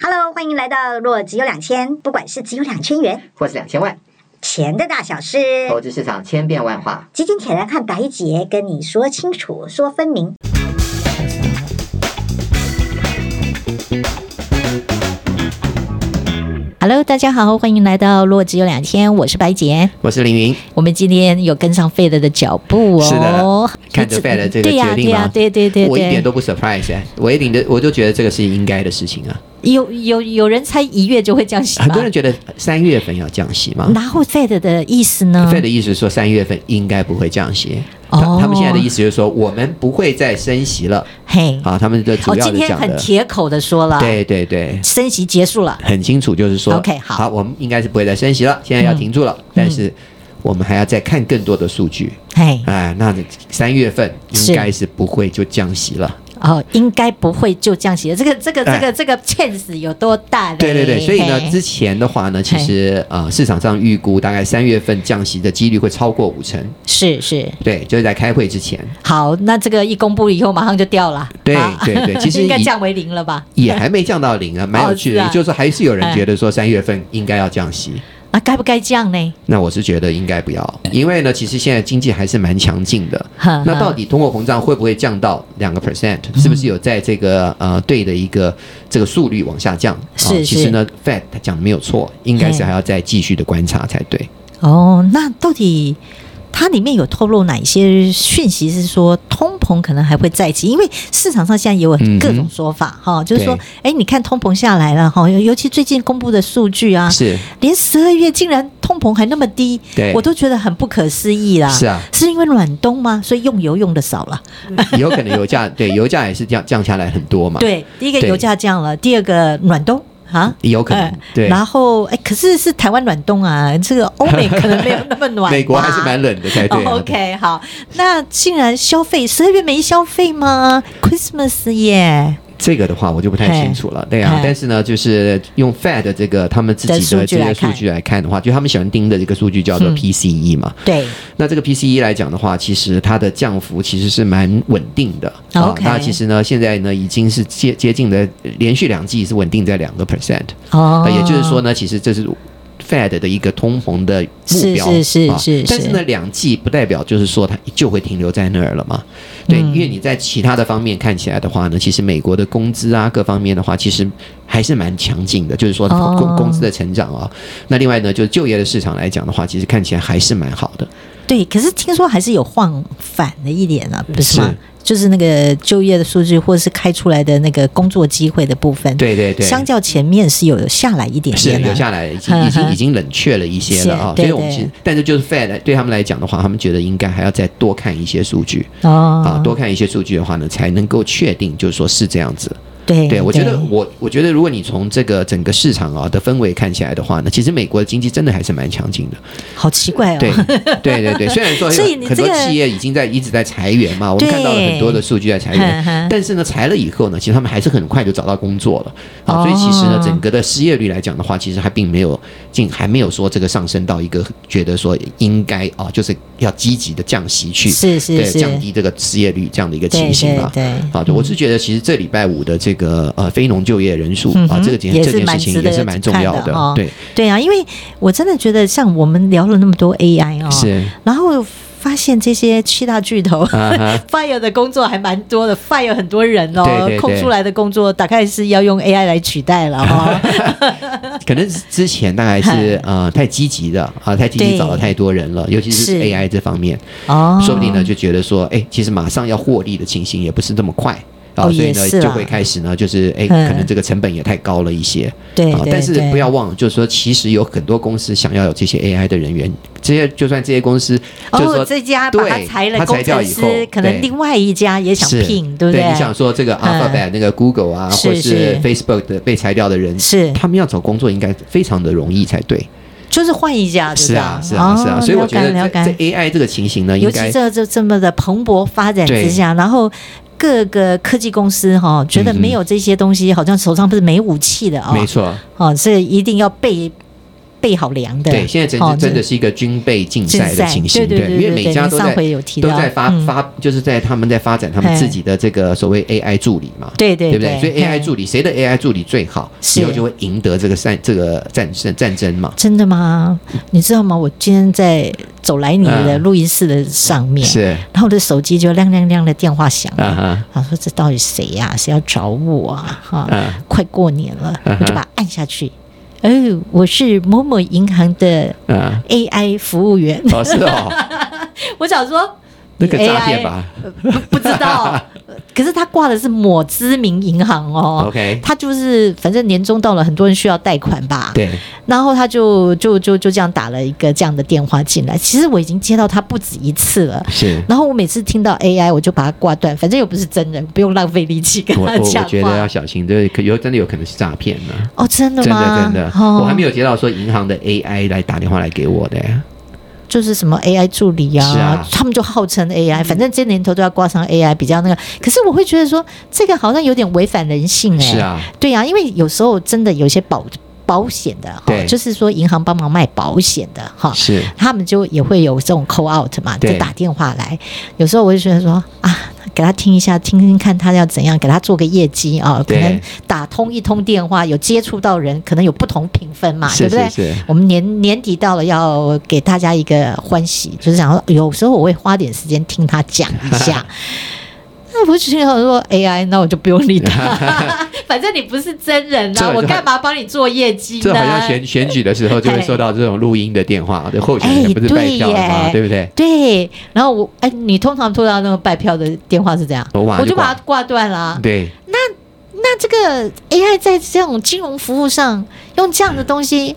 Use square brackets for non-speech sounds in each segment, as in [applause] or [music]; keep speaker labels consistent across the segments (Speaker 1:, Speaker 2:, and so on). Speaker 1: Hello，欢迎来到若只有两千，不管是只有两千元，
Speaker 2: 或是两千万，
Speaker 1: 钱的大小事，
Speaker 2: 投资市场千变万化。
Speaker 1: 基金铁人和白姐跟你说清楚，说分明。
Speaker 3: Hello，大家好，欢迎来到《若只有两天》，我是白姐。
Speaker 2: 我是凌云，
Speaker 3: 我们今天有跟上费德的脚步
Speaker 2: 是
Speaker 3: 哦
Speaker 2: 的。看着 Fed 的这个
Speaker 3: 对呀、
Speaker 2: 决
Speaker 3: 对
Speaker 2: 定
Speaker 3: 呀、
Speaker 2: 吗
Speaker 3: 对对对对，
Speaker 2: 我一点都不 surprise，、哎，我一点都我就觉得这个是应该的事情啊。
Speaker 3: 有有有人猜一月就会降息吧？
Speaker 2: 很多人觉得三月份要降息嘛。
Speaker 3: 然后 Fed 的意思呢？
Speaker 2: Fed 的意思是说三月份应该不会降息，
Speaker 3: 嗯哦
Speaker 2: 他他们现在的意思就是说我们不会再升息了
Speaker 3: 嘿，
Speaker 2: 啊，他们的主
Speaker 3: 哦，
Speaker 2: 要
Speaker 3: 今
Speaker 2: 的
Speaker 3: 天
Speaker 2: 讲
Speaker 3: 很
Speaker 2: 的，
Speaker 3: 铁口的说了，，
Speaker 2: 对对对，
Speaker 3: 升息结束了，
Speaker 2: 很清楚，就是说
Speaker 3: OK，好嗯
Speaker 2: 我们应该是不会再升息了，现在要停住了，但是我们还要再看更多的数据，
Speaker 3: 嘿，
Speaker 2: 哎，那三月份
Speaker 3: 是
Speaker 2: 应该是不会就降息了。
Speaker 3: 哦，应该不会就降息了。这个这个这个、这个 chance 有多大嘞？
Speaker 2: 哎对对对，所以呢
Speaker 3: 嘿，
Speaker 2: 之前的话呢，其实
Speaker 3: 哎
Speaker 2: 呃，市场上预估大概三月份降息的几率会超过五成。
Speaker 3: 是是
Speaker 2: 对，就是在开会之前，
Speaker 3: 好，那这个一公布以后马上就掉了，
Speaker 2: 对
Speaker 3: 啊
Speaker 2: 对对其
Speaker 3: [laughs]
Speaker 2: 实
Speaker 3: 应该
Speaker 2: 以
Speaker 3: 降为零了吧？
Speaker 2: 也还没降到
Speaker 3: [laughs]
Speaker 2: 零啊，蛮有趣
Speaker 3: 是
Speaker 2: 的。
Speaker 3: 啊
Speaker 2: 也就是说，还是有人觉得说三月份应该要降息。
Speaker 3: 啊，该不该降呢？
Speaker 2: 那我是觉得应该不要，因为呢，其实现在经济还是蛮强劲的。
Speaker 3: 嗯哼嗯
Speaker 2: 那
Speaker 3: 哼
Speaker 2: 到底通货膨胀会不会降到两个 percent？是不是有在这个呃对的一个这个速率往下降？啊
Speaker 3: 是哎
Speaker 2: 其
Speaker 3: 是
Speaker 2: 实呢，Fed 他讲的没有错，应该是还要再继续的观察才对。
Speaker 3: 哦，那到底它里面有透露哪一些讯息？是说通膨可能还会再起？因为市场上现在也有
Speaker 2: 嗯哼
Speaker 3: 各种说法哈、就是说
Speaker 2: 对，
Speaker 3: 哎，你看通膨下来了哈，尤尤其最近公布的数据啊，
Speaker 2: 是
Speaker 3: 连十二月竟然通膨还那么低，
Speaker 2: 对
Speaker 3: 我都觉得很不可思议啦。
Speaker 2: 是啊，
Speaker 3: 是因为暖冬吗？所以用油用的少了。
Speaker 2: 有可能油价对油价也是降降下来很多嘛？，
Speaker 3: 对，第一个
Speaker 2: 啊对
Speaker 3: 油价降了，第二个暖冬。啊，
Speaker 2: 有可能
Speaker 3: 哎
Speaker 2: 对
Speaker 3: 然后哎，可是是台湾暖冬啊，这个欧
Speaker 2: [laughs]
Speaker 3: 美可能没有那么暖吧，
Speaker 2: 美国还是蛮冷的才对啊、
Speaker 3: 哦 OK，好，那竟然消费十二月没消费吗？Christmas 耶，
Speaker 2: 这个的话我就不太清楚了，对啊
Speaker 3: 嘿。
Speaker 2: 但是呢，就是用 Fed 的这个他们自己
Speaker 3: 的数
Speaker 2: 的
Speaker 3: 据
Speaker 2: 这
Speaker 3: 来
Speaker 2: 些
Speaker 3: 看
Speaker 2: 数据来看的话，就他们喜欢盯的这个数据叫做
Speaker 3: 嗯
Speaker 2: PCE 嘛。
Speaker 3: 对，
Speaker 2: 那这个 PCE 来讲的话，其实它的降幅其实是蛮稳定的啊
Speaker 3: OK
Speaker 2: 那其实呢，现在呢已经是接接近的连续两季是稳定在两个 percent，、
Speaker 3: 哦
Speaker 2: 啊，也就是说，呢，其实这是 Fed 的一个通膨的目标，
Speaker 3: 是是是
Speaker 2: 啊
Speaker 3: 是
Speaker 2: 但是呢，两季不代表就是说它就会停留在那儿了嘛？对，
Speaker 3: 嗯
Speaker 2: 因为你在其他的方面看起来的话呢，其实美国的工资啊各方面的话，其实还是蛮强劲的，就是说
Speaker 3: 哦
Speaker 2: 工工资的成长啊。那另外呢，就是就业的市场来讲的话，其实看起来还是蛮好的。
Speaker 3: 对，可是听说还是有晃反的一点啊，不是吗
Speaker 2: 是？
Speaker 3: 就是那个就业的数据，或者是开出来的那个工作机会的部分，
Speaker 2: 对对对，
Speaker 3: 相较前面是有下来一点
Speaker 2: 是
Speaker 3: 点啊的，
Speaker 2: 留下来，已经已
Speaker 3: 呵呵
Speaker 2: 经已经冷却了一些了啊。
Speaker 3: 是
Speaker 2: 所
Speaker 3: 对
Speaker 2: 以我们其实
Speaker 3: 对，
Speaker 2: 但是就是 Fed 对他们来讲的话，他们觉得应该还要再多看一些数据。
Speaker 3: 哦，
Speaker 2: 啊，多看一些数据的话呢，才能够确定，就是说是这样子。
Speaker 3: 对
Speaker 2: 对我觉得，我我觉得，如果你从这个整个市场啊的氛围看起来的话呢，其实美国的经济真的还是蛮强劲的。
Speaker 3: 好奇怪哦，
Speaker 2: 对对对对，虽然说
Speaker 3: 所以你
Speaker 2: 很多
Speaker 3: 这个
Speaker 2: 企业已经在一直在裁员嘛，我们
Speaker 3: 对
Speaker 2: 看到了很多的数据在裁
Speaker 3: [laughs] 哼哼
Speaker 2: 员，但是呢，裁了以后呢，其实他们还是很快就找到工作了啊。所以其实呢
Speaker 3: 哦，
Speaker 2: 整个的失业率来讲的话，其实还并没有进，还没有说这个上升到一个觉得说应该啊，就是要积极的降息
Speaker 3: [laughs]
Speaker 2: 去
Speaker 3: 是是
Speaker 2: 对
Speaker 3: 是
Speaker 2: 降低这个失业率这样的一个
Speaker 3: 对
Speaker 2: 情形
Speaker 3: 对
Speaker 2: 啊。
Speaker 3: 对，
Speaker 2: 啊，对，我是觉得其实这礼拜五的这个呃非农就业人数、
Speaker 3: 嗯
Speaker 2: 啊
Speaker 3: 哼，
Speaker 2: 这个件
Speaker 3: 也
Speaker 2: 这
Speaker 3: 是
Speaker 2: 件
Speaker 3: 蛮
Speaker 2: 事
Speaker 3: 值
Speaker 2: 情
Speaker 3: 得
Speaker 2: 也是蛮重
Speaker 3: 看
Speaker 2: 要
Speaker 3: 的
Speaker 2: 的，
Speaker 3: 哦
Speaker 2: 对，
Speaker 3: 对啊，因为我真的觉得像我们聊了那么多 AI 哦，
Speaker 2: 是
Speaker 3: 然后发现这些七大巨头。
Speaker 2: 啊哈，
Speaker 3: [laughs] Fire 的工作还蛮多的，Fire 很多人哦，
Speaker 2: 对对对
Speaker 3: 空出来的工作大概是要用 AI 来取代了
Speaker 2: [laughs]
Speaker 3: 哦。
Speaker 2: 可能之前大
Speaker 3: [laughs]
Speaker 2: 概是呃太积极的啊，太积
Speaker 3: 对
Speaker 2: 极找了太多人了，尤其
Speaker 3: 是
Speaker 2: 是 AI 这方面，
Speaker 3: 哦，
Speaker 2: 说不定呢就觉得说，哎，其实马上要获利的情形也不是这么快。啊，
Speaker 3: 哦
Speaker 2: 所以
Speaker 3: 也
Speaker 2: 呢，
Speaker 3: 是
Speaker 2: 就
Speaker 3: 啦
Speaker 2: 会开始呢，就是哎，
Speaker 3: 嗯
Speaker 2: 可能这个成本也太高了一些，
Speaker 3: 对
Speaker 2: 啊
Speaker 3: 对，
Speaker 2: 但是
Speaker 3: 对
Speaker 2: 不要忘了，就是说，其实有很多公司想要有这些 AI 的人员，这些就算这些公司，就是
Speaker 3: 哦，
Speaker 2: 说
Speaker 3: 这家把他
Speaker 2: 对
Speaker 3: 裁了
Speaker 2: 他
Speaker 3: 工
Speaker 2: 裁掉
Speaker 3: 程
Speaker 2: 以后
Speaker 3: 师，可能
Speaker 2: 对
Speaker 3: 另外一家也想
Speaker 2: 是
Speaker 3: 聘，对不嗯
Speaker 2: 你想说这个 Alphabet、那个 Google 啊，
Speaker 3: 是
Speaker 2: 或是
Speaker 3: 是
Speaker 2: Facebook 的被裁掉的人，
Speaker 3: 是
Speaker 2: 他们要找工作应该非常的容易才对。
Speaker 3: 就是换一家，对不
Speaker 2: 是
Speaker 3: 对
Speaker 2: 啊，是啊，是啊，
Speaker 3: 哦
Speaker 2: 所以我觉得
Speaker 3: 了解
Speaker 2: 在
Speaker 3: 了
Speaker 2: 在
Speaker 3: 解
Speaker 2: AI 这个情形啊呢，应
Speaker 3: 尤其
Speaker 2: 该
Speaker 3: 这这这么的蓬勃发展之下，然后各个科技公司哈、觉得
Speaker 2: 嗯哼
Speaker 3: 没有这些东西，好像手上不是没武器的哦，
Speaker 2: 没错。
Speaker 3: 哦，所以一定要被备好粮的。
Speaker 2: 对，现在真
Speaker 3: 哦
Speaker 2: 是真的是一个军备竞
Speaker 3: 竞
Speaker 2: 赛的情
Speaker 3: 对
Speaker 2: 形，
Speaker 3: 对对
Speaker 2: 因为每家
Speaker 3: 对
Speaker 2: 都
Speaker 3: 上
Speaker 2: 在
Speaker 3: 回有提
Speaker 2: 都
Speaker 3: 到
Speaker 2: 在发
Speaker 3: 嗯
Speaker 2: 发，就是在他们在发展他们自己的这个所谓 AI 助理嘛，
Speaker 3: 对对
Speaker 2: 对不对？所以 AI
Speaker 3: 嘿
Speaker 2: 助理谁的 AI 助理最好，
Speaker 3: 是
Speaker 2: 以后就会赢得这个战这个战胜战争嘛。
Speaker 3: 真的吗？你知道吗？我今天在走来你的
Speaker 2: 嗯
Speaker 3: 录音室的上面，
Speaker 2: 是
Speaker 3: 然后我的手机就亮亮亮的电话响
Speaker 2: 啊
Speaker 3: 了。
Speaker 2: 哈，
Speaker 3: 啊，说这到底谁呀、谁要找我啊？哈、
Speaker 2: 嗯
Speaker 3: 快过年了，
Speaker 2: 嗯哼
Speaker 3: 我就把它按下去。哦，我是某某银行的
Speaker 2: 啊，
Speaker 3: AI 服务员。
Speaker 2: 哦是哦，
Speaker 3: [laughs] 我想说，
Speaker 2: 那个
Speaker 3: 你 AI
Speaker 2: 诈骗吧
Speaker 3: 不不知
Speaker 2: [laughs]
Speaker 3: 道，呃可是他挂的是某知名银行哦。
Speaker 2: ，OK，
Speaker 3: 他就是，反正年终到了，很多人需要贷款吧。
Speaker 2: 对，
Speaker 3: 然后他就就就就这样打了一个这样的电话进来。其实我已经接到他不止一次了。
Speaker 2: 是。
Speaker 3: 然后我每次听到 AI，我就把它挂断，反正又不是真人，不用浪费力气跟
Speaker 2: 我
Speaker 3: 他
Speaker 2: 我
Speaker 3: 讲
Speaker 2: 我觉得要
Speaker 3: 话。
Speaker 2: 小心，这可有真的有可能是诈骗呢，
Speaker 3: 哦，真的
Speaker 2: 真的
Speaker 3: 吗？
Speaker 2: 真的，
Speaker 3: 哦、
Speaker 2: 我还没有接到说银行的 AI 来打电话来给我的，
Speaker 3: 就是什么 AI 助理啊，
Speaker 2: 是啊嗯
Speaker 3: 他们就号称 AI，反正这年头都要挂上 AI 比较那个。可是我会觉得说，这个好像有点违反人性哎、
Speaker 2: 是，啊，
Speaker 3: 对呀、因为有时候真的有些保保险的哈，
Speaker 2: 对
Speaker 3: 就是说银行帮忙卖保险的哈。
Speaker 2: 是
Speaker 3: 他们就也会有这种 call out 嘛，就
Speaker 2: 对
Speaker 3: 打电话来。有时候我就觉得说啊，给他听一下，听听看他要怎样，给他做个业绩啊。可
Speaker 2: 对
Speaker 3: 能打通一通电话，有接触到人，可能有不同评分嘛，
Speaker 2: 是
Speaker 3: 啊对不
Speaker 2: 是
Speaker 3: 对？
Speaker 2: 是，
Speaker 3: 我们年年底到了，要给大家一个欢喜，就是想说，有时候我会花点时间听他讲一
Speaker 2: [laughs]
Speaker 3: 下。那我就心想说 AI，那我就不用理
Speaker 2: [laughs]
Speaker 3: 他，反正你不是真人
Speaker 2: 这
Speaker 3: 啊，
Speaker 2: 好像
Speaker 3: 我干嘛帮你做业绩
Speaker 2: 这
Speaker 3: 呢？
Speaker 2: 好像选选举的时候就会
Speaker 3: 哎
Speaker 2: 收到这种录音的电话，这候选人
Speaker 3: 哎
Speaker 2: 不是拜
Speaker 3: 对
Speaker 2: 票了吗？
Speaker 3: 耶
Speaker 2: 对不对？
Speaker 3: 对，然后我哎，你通常收到那个拜票的电话是这样，
Speaker 2: 我马上
Speaker 3: 我就
Speaker 2: 就挂嗯
Speaker 3: 把它挂断了啊。
Speaker 2: 对，
Speaker 3: 那这个 AI 在这种金融服务上用这样的东西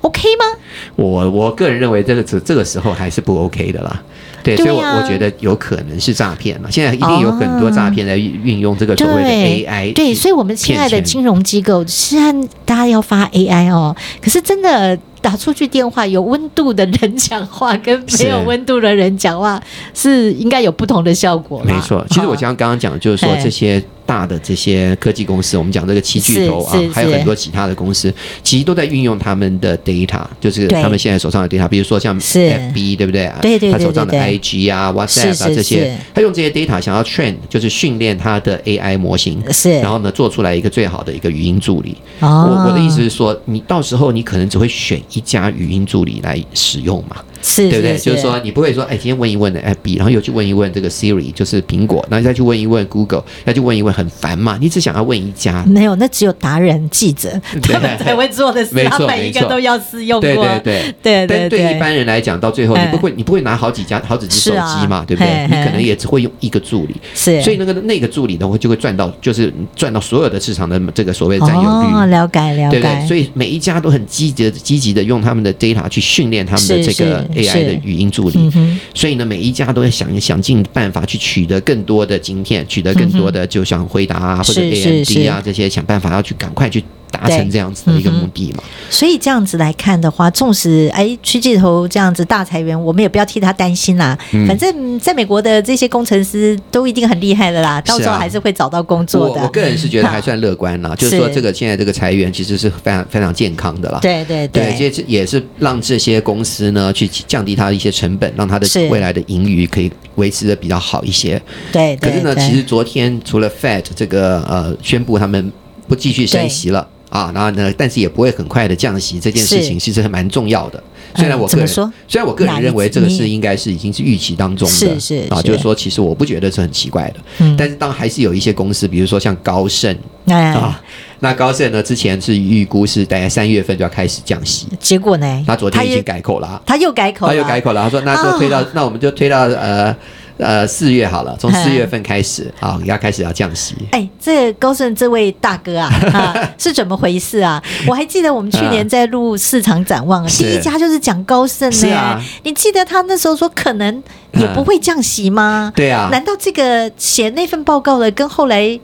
Speaker 3: ，OK 吗？
Speaker 2: 我我个人认为这个这这个时候还是不 OK 的啦。对，
Speaker 3: 对
Speaker 2: 所以我
Speaker 3: 啊
Speaker 2: 我觉得有可能是诈骗嘛。现在一定有很多诈骗在运运用这个所谓的
Speaker 3: 哦对
Speaker 2: AI
Speaker 3: 对，所以我们亲爱的
Speaker 2: 骗钱
Speaker 3: 金融机构，虽然大家要发 AI 哦，可是真的打出去电话，有温度的人讲话跟没有
Speaker 2: 是
Speaker 3: 温度的人讲话是应该有不同的效果吧。
Speaker 2: 没错，其实我
Speaker 3: 好哎
Speaker 2: 像刚刚讲，就是说
Speaker 3: 嘿
Speaker 2: 这些大的这些科技公司，我们讲这个七巨头啊
Speaker 3: 是是，
Speaker 2: 还有
Speaker 3: 是
Speaker 2: 很多其他的公司，其实都在运用他们的 data，就是
Speaker 3: 对
Speaker 2: 他们现在手上的 data，比如说像
Speaker 3: 是
Speaker 2: FB 对不对啊？
Speaker 3: 对对对
Speaker 2: 他手上的
Speaker 3: 对对
Speaker 2: IG 啊、
Speaker 3: 是
Speaker 2: WhatsApp 啊
Speaker 3: 是
Speaker 2: 这
Speaker 3: 是
Speaker 2: 些，他用这些 data 想要 train，就是训练他的 AI 模型。
Speaker 3: 是，
Speaker 2: 然后呢，做出来一个最好的一个语音助理。
Speaker 3: 哦
Speaker 2: 我我的意思是说，你到时候你可能只会选一家语音助理来使用嘛。
Speaker 3: 是，
Speaker 2: 对不对？
Speaker 3: 是
Speaker 2: 就是说，你不会说，哎，今天问一问的 App，B，然后又去问一问这个 Siri，就是苹果，然后再去问一问 Google，再去问一问，很烦嘛。你只想要问一
Speaker 3: [laughs]
Speaker 2: 家，
Speaker 3: 没有，那只有达人记者
Speaker 2: 对
Speaker 3: 他们才会做的事，
Speaker 2: 没
Speaker 3: 他
Speaker 2: 错
Speaker 3: 每一个
Speaker 2: 没错
Speaker 3: 都要试用过。
Speaker 2: 对对对。
Speaker 3: 对对
Speaker 2: 但对一般人来讲，到最后你
Speaker 3: 哎
Speaker 2: 不会，你不会拿好几家、好几只手
Speaker 3: 是啊
Speaker 2: 机嘛，对不对
Speaker 3: 嘿？
Speaker 2: 你
Speaker 3: 嘿
Speaker 2: 可能也只会用一个助理，
Speaker 3: 是，
Speaker 2: 所以那个那个助理的话就会赚到，就是赚到所有的市场的这个所谓的占有
Speaker 3: 哦，
Speaker 2: 率，
Speaker 3: 了解了
Speaker 2: 对
Speaker 3: 解，
Speaker 2: 不对？所以每一家都很积极的、积极的用他们的 data 去训练他们的
Speaker 3: 是
Speaker 2: 这个
Speaker 3: 是
Speaker 2: AI 的
Speaker 3: 是
Speaker 2: 语音助理。
Speaker 3: 嗯哼，
Speaker 2: 所以呢，每一家都会想想尽办法去取得更多的晶片，取得更多的就像辉达啊、或者
Speaker 3: 是是
Speaker 2: AMD 啊
Speaker 3: 是
Speaker 2: 这些，想办法要去赶快去达
Speaker 3: 对
Speaker 2: 成这样子的一个目的嘛。
Speaker 3: 所以这样子来看的话，纵使哎区巨头这样子大裁员，我们也不要替他担心啦。
Speaker 2: 嗯
Speaker 3: 反正在美国的这些工程师都一定很厉害的啦，到时候还是会找到工作
Speaker 2: 啊我
Speaker 3: 的。嗯
Speaker 2: 我个人是觉得还算乐观啦，就是说
Speaker 3: 是
Speaker 2: 这个现在这个裁员其实是非常非常健康的啦。
Speaker 3: 对对
Speaker 2: 对，这这也是让这些公司呢去降低它的一些成本，让它的
Speaker 3: 是
Speaker 2: 未来的盈余可以维持的比较好一些。
Speaker 3: 对对。
Speaker 2: 可是呢，
Speaker 3: 对
Speaker 2: 其实昨天除了 Fed 这个呃宣布他们不继续升息了啊，然后呢，但是也不会很快的降息，这件事情其实还蛮重要的。虽然我个
Speaker 3: 哎怎么
Speaker 2: 人、
Speaker 3: 说
Speaker 2: 虽然我个
Speaker 3: 哪
Speaker 2: 人
Speaker 3: 里
Speaker 2: 认为这个
Speaker 3: 你
Speaker 2: 是应该是已经是预期当中的，
Speaker 3: 是是
Speaker 2: 啊，
Speaker 3: 是
Speaker 2: 就是说其实我不觉得是很奇怪的，
Speaker 3: 嗯
Speaker 2: 但是当还是有一些公司，比如说像高盛
Speaker 3: 哎、
Speaker 2: 啊，那高盛呢之前是预估是大概三月份就要开始降息，
Speaker 3: 结果呢？
Speaker 2: 他昨天已
Speaker 3: 也
Speaker 2: 经改口了啊。
Speaker 3: 他又改口了，
Speaker 2: 他又改口了，他说那就推
Speaker 3: 啊
Speaker 2: 到，那我们就推到呃呃四月好了，从四月份开始啊，要开始要降息。
Speaker 3: 哎，这高盛这位大哥
Speaker 2: [laughs]
Speaker 3: 啊，啊是怎么回事啊？我还记得我们去年在录市场展望，
Speaker 2: 啊
Speaker 3: 啊
Speaker 2: 是
Speaker 3: 第一家就是讲高盛呢、
Speaker 2: 是啊
Speaker 3: 你记得他那时候说可能也不会降息吗？
Speaker 2: 对啊，
Speaker 3: 难道这个写那份报告的跟后来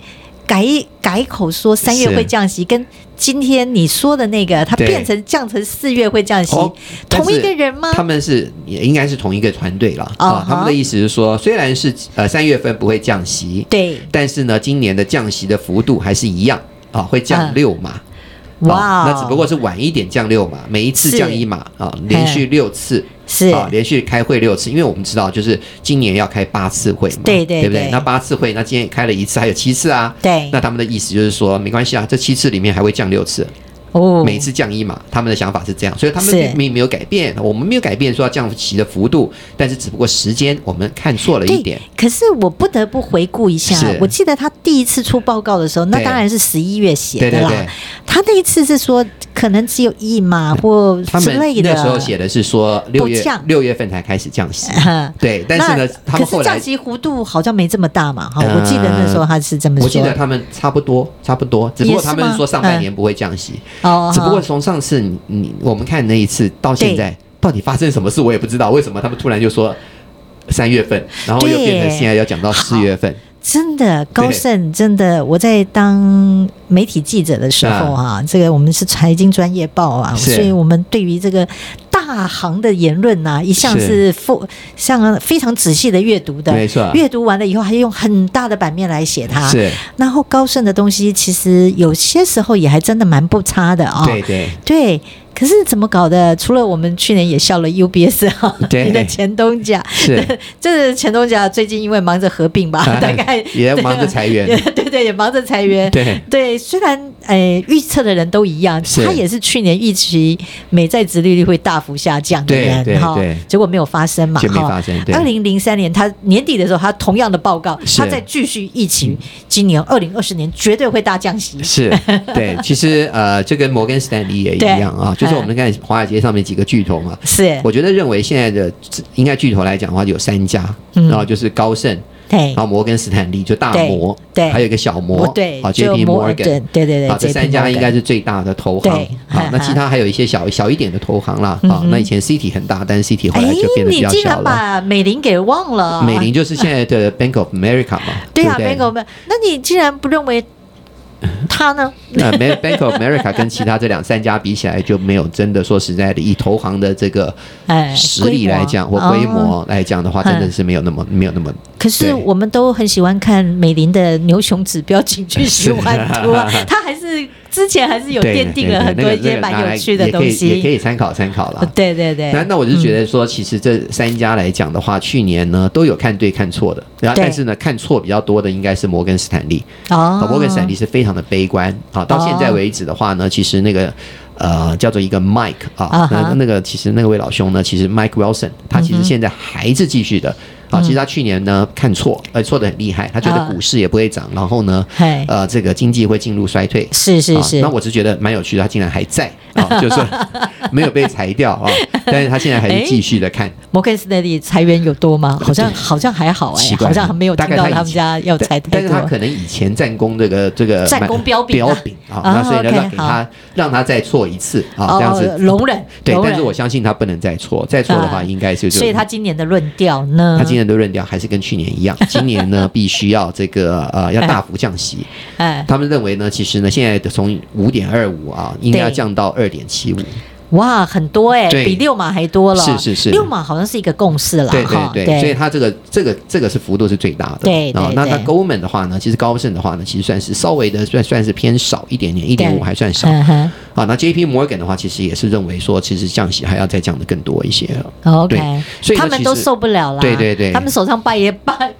Speaker 3: 改改口说三月
Speaker 2: 是
Speaker 3: 会降息，跟今天你说的那个，他
Speaker 2: 对
Speaker 3: 变成降成四月会降息，
Speaker 2: 哦但是
Speaker 3: 同一个人吗？
Speaker 2: 他们是也应该是同一个团队了
Speaker 3: 啊哈
Speaker 2: 啊。他们的意思是说，虽然是呃三月份不会降息，
Speaker 3: 对
Speaker 2: 但是呢，今年的降息的幅度还是一样啊，会降
Speaker 3: 嗯
Speaker 2: 六嘛。
Speaker 3: 哇
Speaker 2: 啊
Speaker 3: 哦
Speaker 2: 那只不过是晚一点降六码，每一次
Speaker 3: 是
Speaker 2: 降一码啊，连续六次。
Speaker 3: 是
Speaker 2: 啊，连续开会六次，因为我们知道，就是今年要开八次会嘛，
Speaker 3: 对对
Speaker 2: 不对
Speaker 3: 对？
Speaker 2: 那八次会，那今天开了一次，还有七次啊。
Speaker 3: 对
Speaker 2: 那他们的意思就是说，没关系啊，这七次里面还会降六次，
Speaker 3: 哦，
Speaker 2: 每次降一码，他们的想法是这样，所以他们
Speaker 3: 是
Speaker 2: 并并没有改变，我们没有改变说要降息的幅度，但是只不过时间我们看错了一点
Speaker 3: 对。，可是我不得不回顾一下
Speaker 2: 是，
Speaker 3: 我记得他第一次出报告的时候，那
Speaker 2: 对
Speaker 3: 当然是十一月写
Speaker 2: 对
Speaker 3: 的啦。
Speaker 2: 对对，
Speaker 3: 他那一次是说可能只有一码或
Speaker 2: 他
Speaker 3: 之
Speaker 2: 们
Speaker 3: 类的。
Speaker 2: 那时候
Speaker 3: [laughs]
Speaker 2: 写的是说六月
Speaker 3: 不降，
Speaker 2: 六月份才开始降息
Speaker 3: [laughs]
Speaker 2: 对，但是
Speaker 3: 那
Speaker 2: 呢，他
Speaker 3: 可
Speaker 2: 们后
Speaker 3: 是
Speaker 2: 来
Speaker 3: 降息幅度好像没这么大嘛，哈、
Speaker 2: 呃
Speaker 3: 我记得那时候他是这么说。
Speaker 2: 我记得他们差不多，差不多，只不过
Speaker 3: 也是
Speaker 2: 他
Speaker 3: 吗嗯
Speaker 2: 们说上半年不会降息，
Speaker 3: 哦，
Speaker 2: 只不过
Speaker 3: 哈
Speaker 2: 从上次你你我们看那一次到现在，到底发生什么事我也不知道，为什么他们突然就说三月份，然后又
Speaker 3: 对
Speaker 2: 变成现在要讲到四月份，
Speaker 3: 真的高
Speaker 2: 对
Speaker 3: 盛真的，我在当媒体记者的时候哈、这个我们是财经专业报啊，
Speaker 2: 啊是
Speaker 3: 所以我们对于这个大行的言论呐、一向是非像非常仔细的阅读的，
Speaker 2: 没错
Speaker 3: 阅读完了以后，还用很大的版面来写它。
Speaker 2: 是，
Speaker 3: 然后高盛的东西，其实有些时候也还真的蛮不差的啊、
Speaker 2: 对对。
Speaker 3: 对，可是怎么搞的？除了我们去年也笑了 UBS 哈、
Speaker 2: 对
Speaker 3: 你的前东家， [laughs]
Speaker 2: 是
Speaker 3: 这前东家最近因为忙着合并吧，啊大概
Speaker 2: 哎 [laughs] 也忙着裁员
Speaker 3: [laughs] 对对，也忙着裁员。
Speaker 2: 对
Speaker 3: 虽然诶预测的人都一样，
Speaker 2: 是
Speaker 3: 他也是去年预期美债殖利率会大幅下降的
Speaker 2: 对对
Speaker 3: 人哈
Speaker 2: 对，
Speaker 3: 结果没有发生嘛
Speaker 2: 就没
Speaker 3: 哈
Speaker 2: 发生对
Speaker 3: 二零零三年他年底的时候，他同样的报告，
Speaker 2: 是
Speaker 3: 他再继续预期今年二零二四年绝对会大降息。
Speaker 2: 是对，其实呃，这跟摩根斯坦利也一
Speaker 3: 对
Speaker 2: 样啊，就是我
Speaker 3: 嗯
Speaker 2: 们看华尔街上面几个巨头嘛，
Speaker 3: 是，
Speaker 2: 我觉得认为现在的应该巨头来讲的话，有三家，
Speaker 3: 嗯
Speaker 2: 然后就是高盛，
Speaker 3: 对
Speaker 2: 然后摩根斯坦利就大摩，
Speaker 3: 对对
Speaker 2: 还有一个小摩，
Speaker 3: 对，
Speaker 2: 好
Speaker 3: 就
Speaker 2: JP
Speaker 3: 摩尔顿
Speaker 2: Morgan。
Speaker 3: 对对对，
Speaker 2: 啊，这
Speaker 3: JP
Speaker 2: 三家应
Speaker 3: Morgan
Speaker 2: 该是最大的投行
Speaker 3: 对。
Speaker 2: 好
Speaker 3: 嗯，
Speaker 2: 那其他还有一些小小一点的投行啦。啊，那以前 City 很大，但是 City 后
Speaker 3: 哎，
Speaker 2: 来就变得比
Speaker 3: 你
Speaker 2: 较
Speaker 3: 竟
Speaker 2: 小
Speaker 3: 然
Speaker 2: 了。
Speaker 3: 把美林给忘了？
Speaker 2: 美林就是现在的 Bank of America 嘛，
Speaker 3: 对啊
Speaker 2: 不
Speaker 3: ，Bank of，那你竟然不认
Speaker 2: [laughs]
Speaker 3: 为他呢？
Speaker 2: 那 Ban- Bank of America 跟其他这两三家比起来，就没有真的说实在的，以投行的这个
Speaker 3: 哎
Speaker 2: 实
Speaker 3: 规
Speaker 2: 力
Speaker 3: 模
Speaker 2: 来讲或规
Speaker 3: 哦
Speaker 2: 模来讲的话，真的是没有那么没有那么
Speaker 3: 可是
Speaker 2: 对
Speaker 3: 我们都很喜欢看美林的牛熊指标景区循环
Speaker 2: [laughs]
Speaker 3: 图啊，它还是之前还是有
Speaker 2: 对
Speaker 3: 奠定
Speaker 2: 对
Speaker 3: 了
Speaker 2: 对
Speaker 3: 很
Speaker 2: 那
Speaker 3: 多
Speaker 2: 个
Speaker 3: 一些
Speaker 2: 那个拿
Speaker 3: 蛮
Speaker 2: 来
Speaker 3: 有趣的
Speaker 2: 也可
Speaker 3: 东
Speaker 2: 以也可
Speaker 3: 西。
Speaker 2: 以参考参考啦。
Speaker 3: 对对对
Speaker 2: 那，那我就觉得说，其实这三家来讲的话，去年呢都有看对看错的，然后
Speaker 3: 对
Speaker 2: 但是呢看错比较多的应该是摩根斯坦利，啊
Speaker 3: 哦，
Speaker 2: 摩根斯坦利是非常的悲观啊，到现在为止的话呢，其实那个。呃，叫做一个 Mike
Speaker 3: 啊
Speaker 2: 啊，
Speaker 3: 哈嗯
Speaker 2: 那那个其实那位老兄呢，其实 Mike Wilson，他其实现在还是继续的啊。其实他去年呢看错，呃，错的很厉害，他觉
Speaker 3: 啊
Speaker 2: 得股市也不会涨，然后呢
Speaker 3: 嘿，
Speaker 2: 呃，这个经济会进入衰退，
Speaker 3: 是是是
Speaker 2: 啊。那我只觉得蛮有趣的，他竟然还在啊，就是
Speaker 3: [laughs]
Speaker 2: 说没有被裁掉啊，但是他现在
Speaker 3: 哎
Speaker 2: 还是继续的看，
Speaker 3: 摩根斯坦利裁员有多吗？好像好像还好哎
Speaker 2: 奇，怪，
Speaker 3: 好像还没有听
Speaker 2: 大概
Speaker 3: 到
Speaker 2: 以
Speaker 3: 他们
Speaker 2: 前
Speaker 3: 家要
Speaker 2: 但
Speaker 3: 裁太
Speaker 2: 但是他
Speaker 3: 多。
Speaker 2: 可能以前战功这个这个
Speaker 3: 战功
Speaker 2: 蛮
Speaker 3: 彪炳啊
Speaker 2: 彪炳啊，
Speaker 3: 啊
Speaker 2: 那所以呢
Speaker 3: OK，
Speaker 2: 让给
Speaker 3: 好
Speaker 2: 他让他再错一次啊，
Speaker 3: 哦
Speaker 2: 这样子
Speaker 3: 容忍
Speaker 2: 对
Speaker 3: 容，忍
Speaker 2: 但是我相信他不能再错，再错的话
Speaker 3: 啊
Speaker 2: 应该就就
Speaker 3: 所以他嗯今年的论调呢？
Speaker 2: 他今年的论调还是跟去年一
Speaker 3: [laughs]
Speaker 2: 样，今年呢必须要这个呃要大幅降息。
Speaker 3: 哎，
Speaker 2: 他们认为呢，其实呢现在从五点二五啊，应该要
Speaker 3: 对
Speaker 2: 降到二点七五。
Speaker 3: 哇，很多哎、
Speaker 2: 对
Speaker 3: 比六码还多了。
Speaker 2: 是是是
Speaker 3: 六码好像是一个共识了
Speaker 2: 对
Speaker 3: 哈。
Speaker 2: 对对，所以它这个这个这个是幅度是最大的。
Speaker 3: 对对
Speaker 2: 啊那它
Speaker 3: 对
Speaker 2: Goldman 的话呢，其实高盛的话呢，其实算是稍微的算算是偏少一点点，一点
Speaker 3: 对
Speaker 2: 五还算少。
Speaker 3: 嗯哼
Speaker 2: 啊，那 J P Morgan 的话，其实也是认为说，其实降息还要再降的更多一些。
Speaker 3: ，OK，
Speaker 2: 对所以呢
Speaker 3: 他们都
Speaker 2: 其实
Speaker 3: 受不了啦。
Speaker 2: 对对对
Speaker 3: 他们手上拜也 [laughs] 拜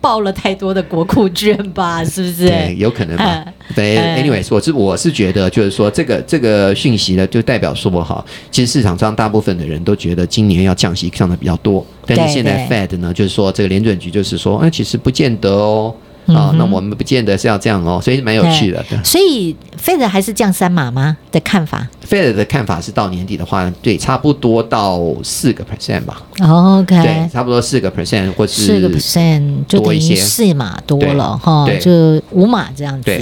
Speaker 3: 爆了太多的国库券吧，是不是？
Speaker 2: 对，有可能吧
Speaker 3: 嗯。
Speaker 2: 对
Speaker 3: 嗯
Speaker 2: ，anyways，我是我是觉得，就是说这个这个讯息呢，就代表说哈，其实市场上大部分的人都觉得今年要降息降的比较多，但是
Speaker 3: 对
Speaker 2: 现在 Fed 呢，就是说这个联准局就是说，哎，其实不见得哦，
Speaker 3: 嗯
Speaker 2: 啊
Speaker 3: 哼，
Speaker 2: 那我们不见得是要这样哦，所以蛮有趣的。对
Speaker 3: 所以 Fed 还是降三码吗的看法
Speaker 2: Fed 的看法是到年底的话，对，差不多到四个 percent 吧，对，
Speaker 3: ？OK，
Speaker 2: 差不多四个 percent 或是
Speaker 3: 嗯四个 percent 就等
Speaker 2: 多一
Speaker 3: 于
Speaker 2: 些
Speaker 3: 四码多了哈，
Speaker 2: 对
Speaker 3: 就五码这样子
Speaker 2: 对。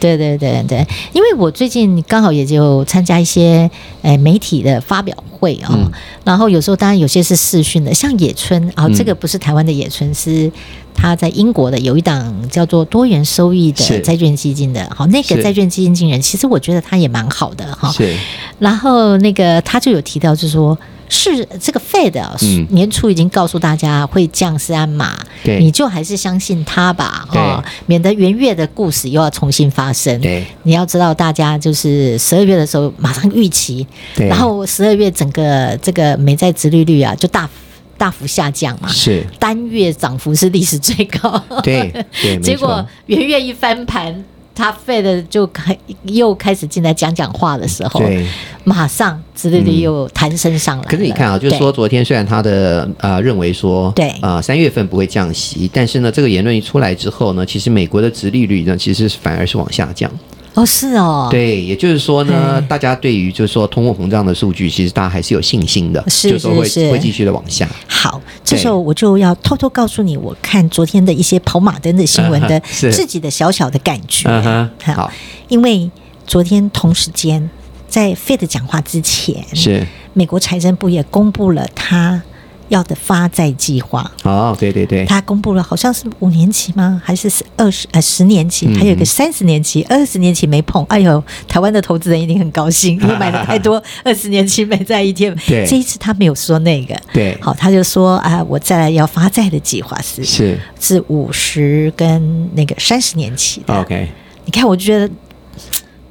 Speaker 3: 对对对对，因为我最近刚好也就参加一些诶、呃媒体的发表会哦，
Speaker 2: 嗯
Speaker 3: 然后有时候当然有些是视讯的，像野村啊、这个不是台湾的野村，是他在英国的有一档叫做多元收益的
Speaker 2: 是
Speaker 3: 债券基金的，好，那个
Speaker 2: 是
Speaker 3: 债券基金哦经理人其实我觉得他也蛮好的哈，
Speaker 2: 是
Speaker 3: 然后那个他就有提到，就是说是这个 Fed 啊
Speaker 2: 嗯
Speaker 3: 年初已经告诉大家会降三码，
Speaker 2: 对
Speaker 3: 你就还是相信它吧，哦，免得元月的故事又要重新发生。
Speaker 2: 对
Speaker 3: 你要知道，大家就是十二月的时候马上预期，
Speaker 2: 对
Speaker 3: 然后十二月整个这个美债殖利率啊就大大幅下降嘛，
Speaker 2: 是，
Speaker 3: 单月涨幅是历史最高。 [laughs]
Speaker 2: 对对，没
Speaker 3: 结
Speaker 2: 错
Speaker 3: 果，元月一翻盘，他 Fed 就开又开始进来讲讲话的时候，
Speaker 2: 对。
Speaker 3: 马上殖利率又弹升上来了、
Speaker 2: 可是你看啊，就是说昨天虽然他的呃认为说，
Speaker 3: 对
Speaker 2: 啊三月份不会降息，但是呢这个言论一出来之后呢，其实美国的殖利率呢其实是反而是往下降。
Speaker 3: 对哦，是哦，，嗯
Speaker 2: 对，也就是说呢，大家对于就是说通货膨胀的数据，其实大家还是有信心的，
Speaker 3: 是
Speaker 2: 就是说会
Speaker 3: 是是
Speaker 2: 会继续的往下。
Speaker 3: 好，这时候我就要偷偷告诉你，我看昨天的一些跑马灯的新闻的
Speaker 2: [laughs] 是
Speaker 3: 自己的小小的感觉。
Speaker 2: 嗯哼，
Speaker 3: 好
Speaker 2: 好，
Speaker 3: 因为昨天同时间在 Fed 讲话之前，
Speaker 2: 是
Speaker 3: 美国财政部也公布了他要的发债计划。
Speaker 2: 哦，对对对，
Speaker 3: 他公布了，好像是五年期吗？还是二十呃十年期？
Speaker 2: 嗯
Speaker 3: 还有一个三十年期，二十年期没碰。哎呦，台湾的投资人一定很高兴，
Speaker 2: [laughs]
Speaker 3: 因为买了太多二十年期美债 ETF。
Speaker 2: 对
Speaker 3: 这一次他没有说那个，
Speaker 2: 对
Speaker 3: 好，他就说啊、我再来要发债的计划是
Speaker 2: 是
Speaker 3: 是五十跟那个三十年期的。
Speaker 2: 啊 OK，
Speaker 3: 你看，我就觉得嘖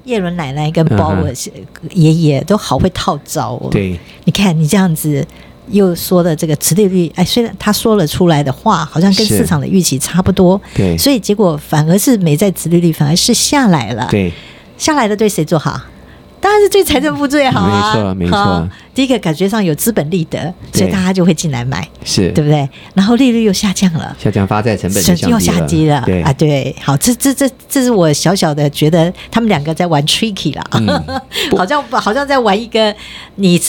Speaker 3: 叶伦奶奶跟鲍
Speaker 2: 嗯
Speaker 3: 尔爷爷都好会套招哦。
Speaker 2: 对，
Speaker 3: 你看你这样子又说的这个持利率，哎，虽然他说了出来的话，好像跟
Speaker 2: 是
Speaker 3: 市场的预期差不多，
Speaker 2: 对
Speaker 3: 所以结果反而是美债持利率反而是下来了，，
Speaker 2: 对
Speaker 3: 下来的对谁做好？当然是对财政部最好啊，
Speaker 2: 没错没错
Speaker 3: 好第一个感觉上有资本利得，
Speaker 2: 对
Speaker 3: 所以大家就会进来买，
Speaker 2: 是，
Speaker 3: 对不对？然后利率又下降了。
Speaker 2: 下降发债成本就
Speaker 3: 甚至又下
Speaker 2: 低
Speaker 3: 低了
Speaker 2: 对
Speaker 3: 啊！对，好，这这这这是我小小的觉得他们两个在玩 tricky 啦，
Speaker 2: 嗯
Speaker 3: [laughs] 好像好像在玩一个你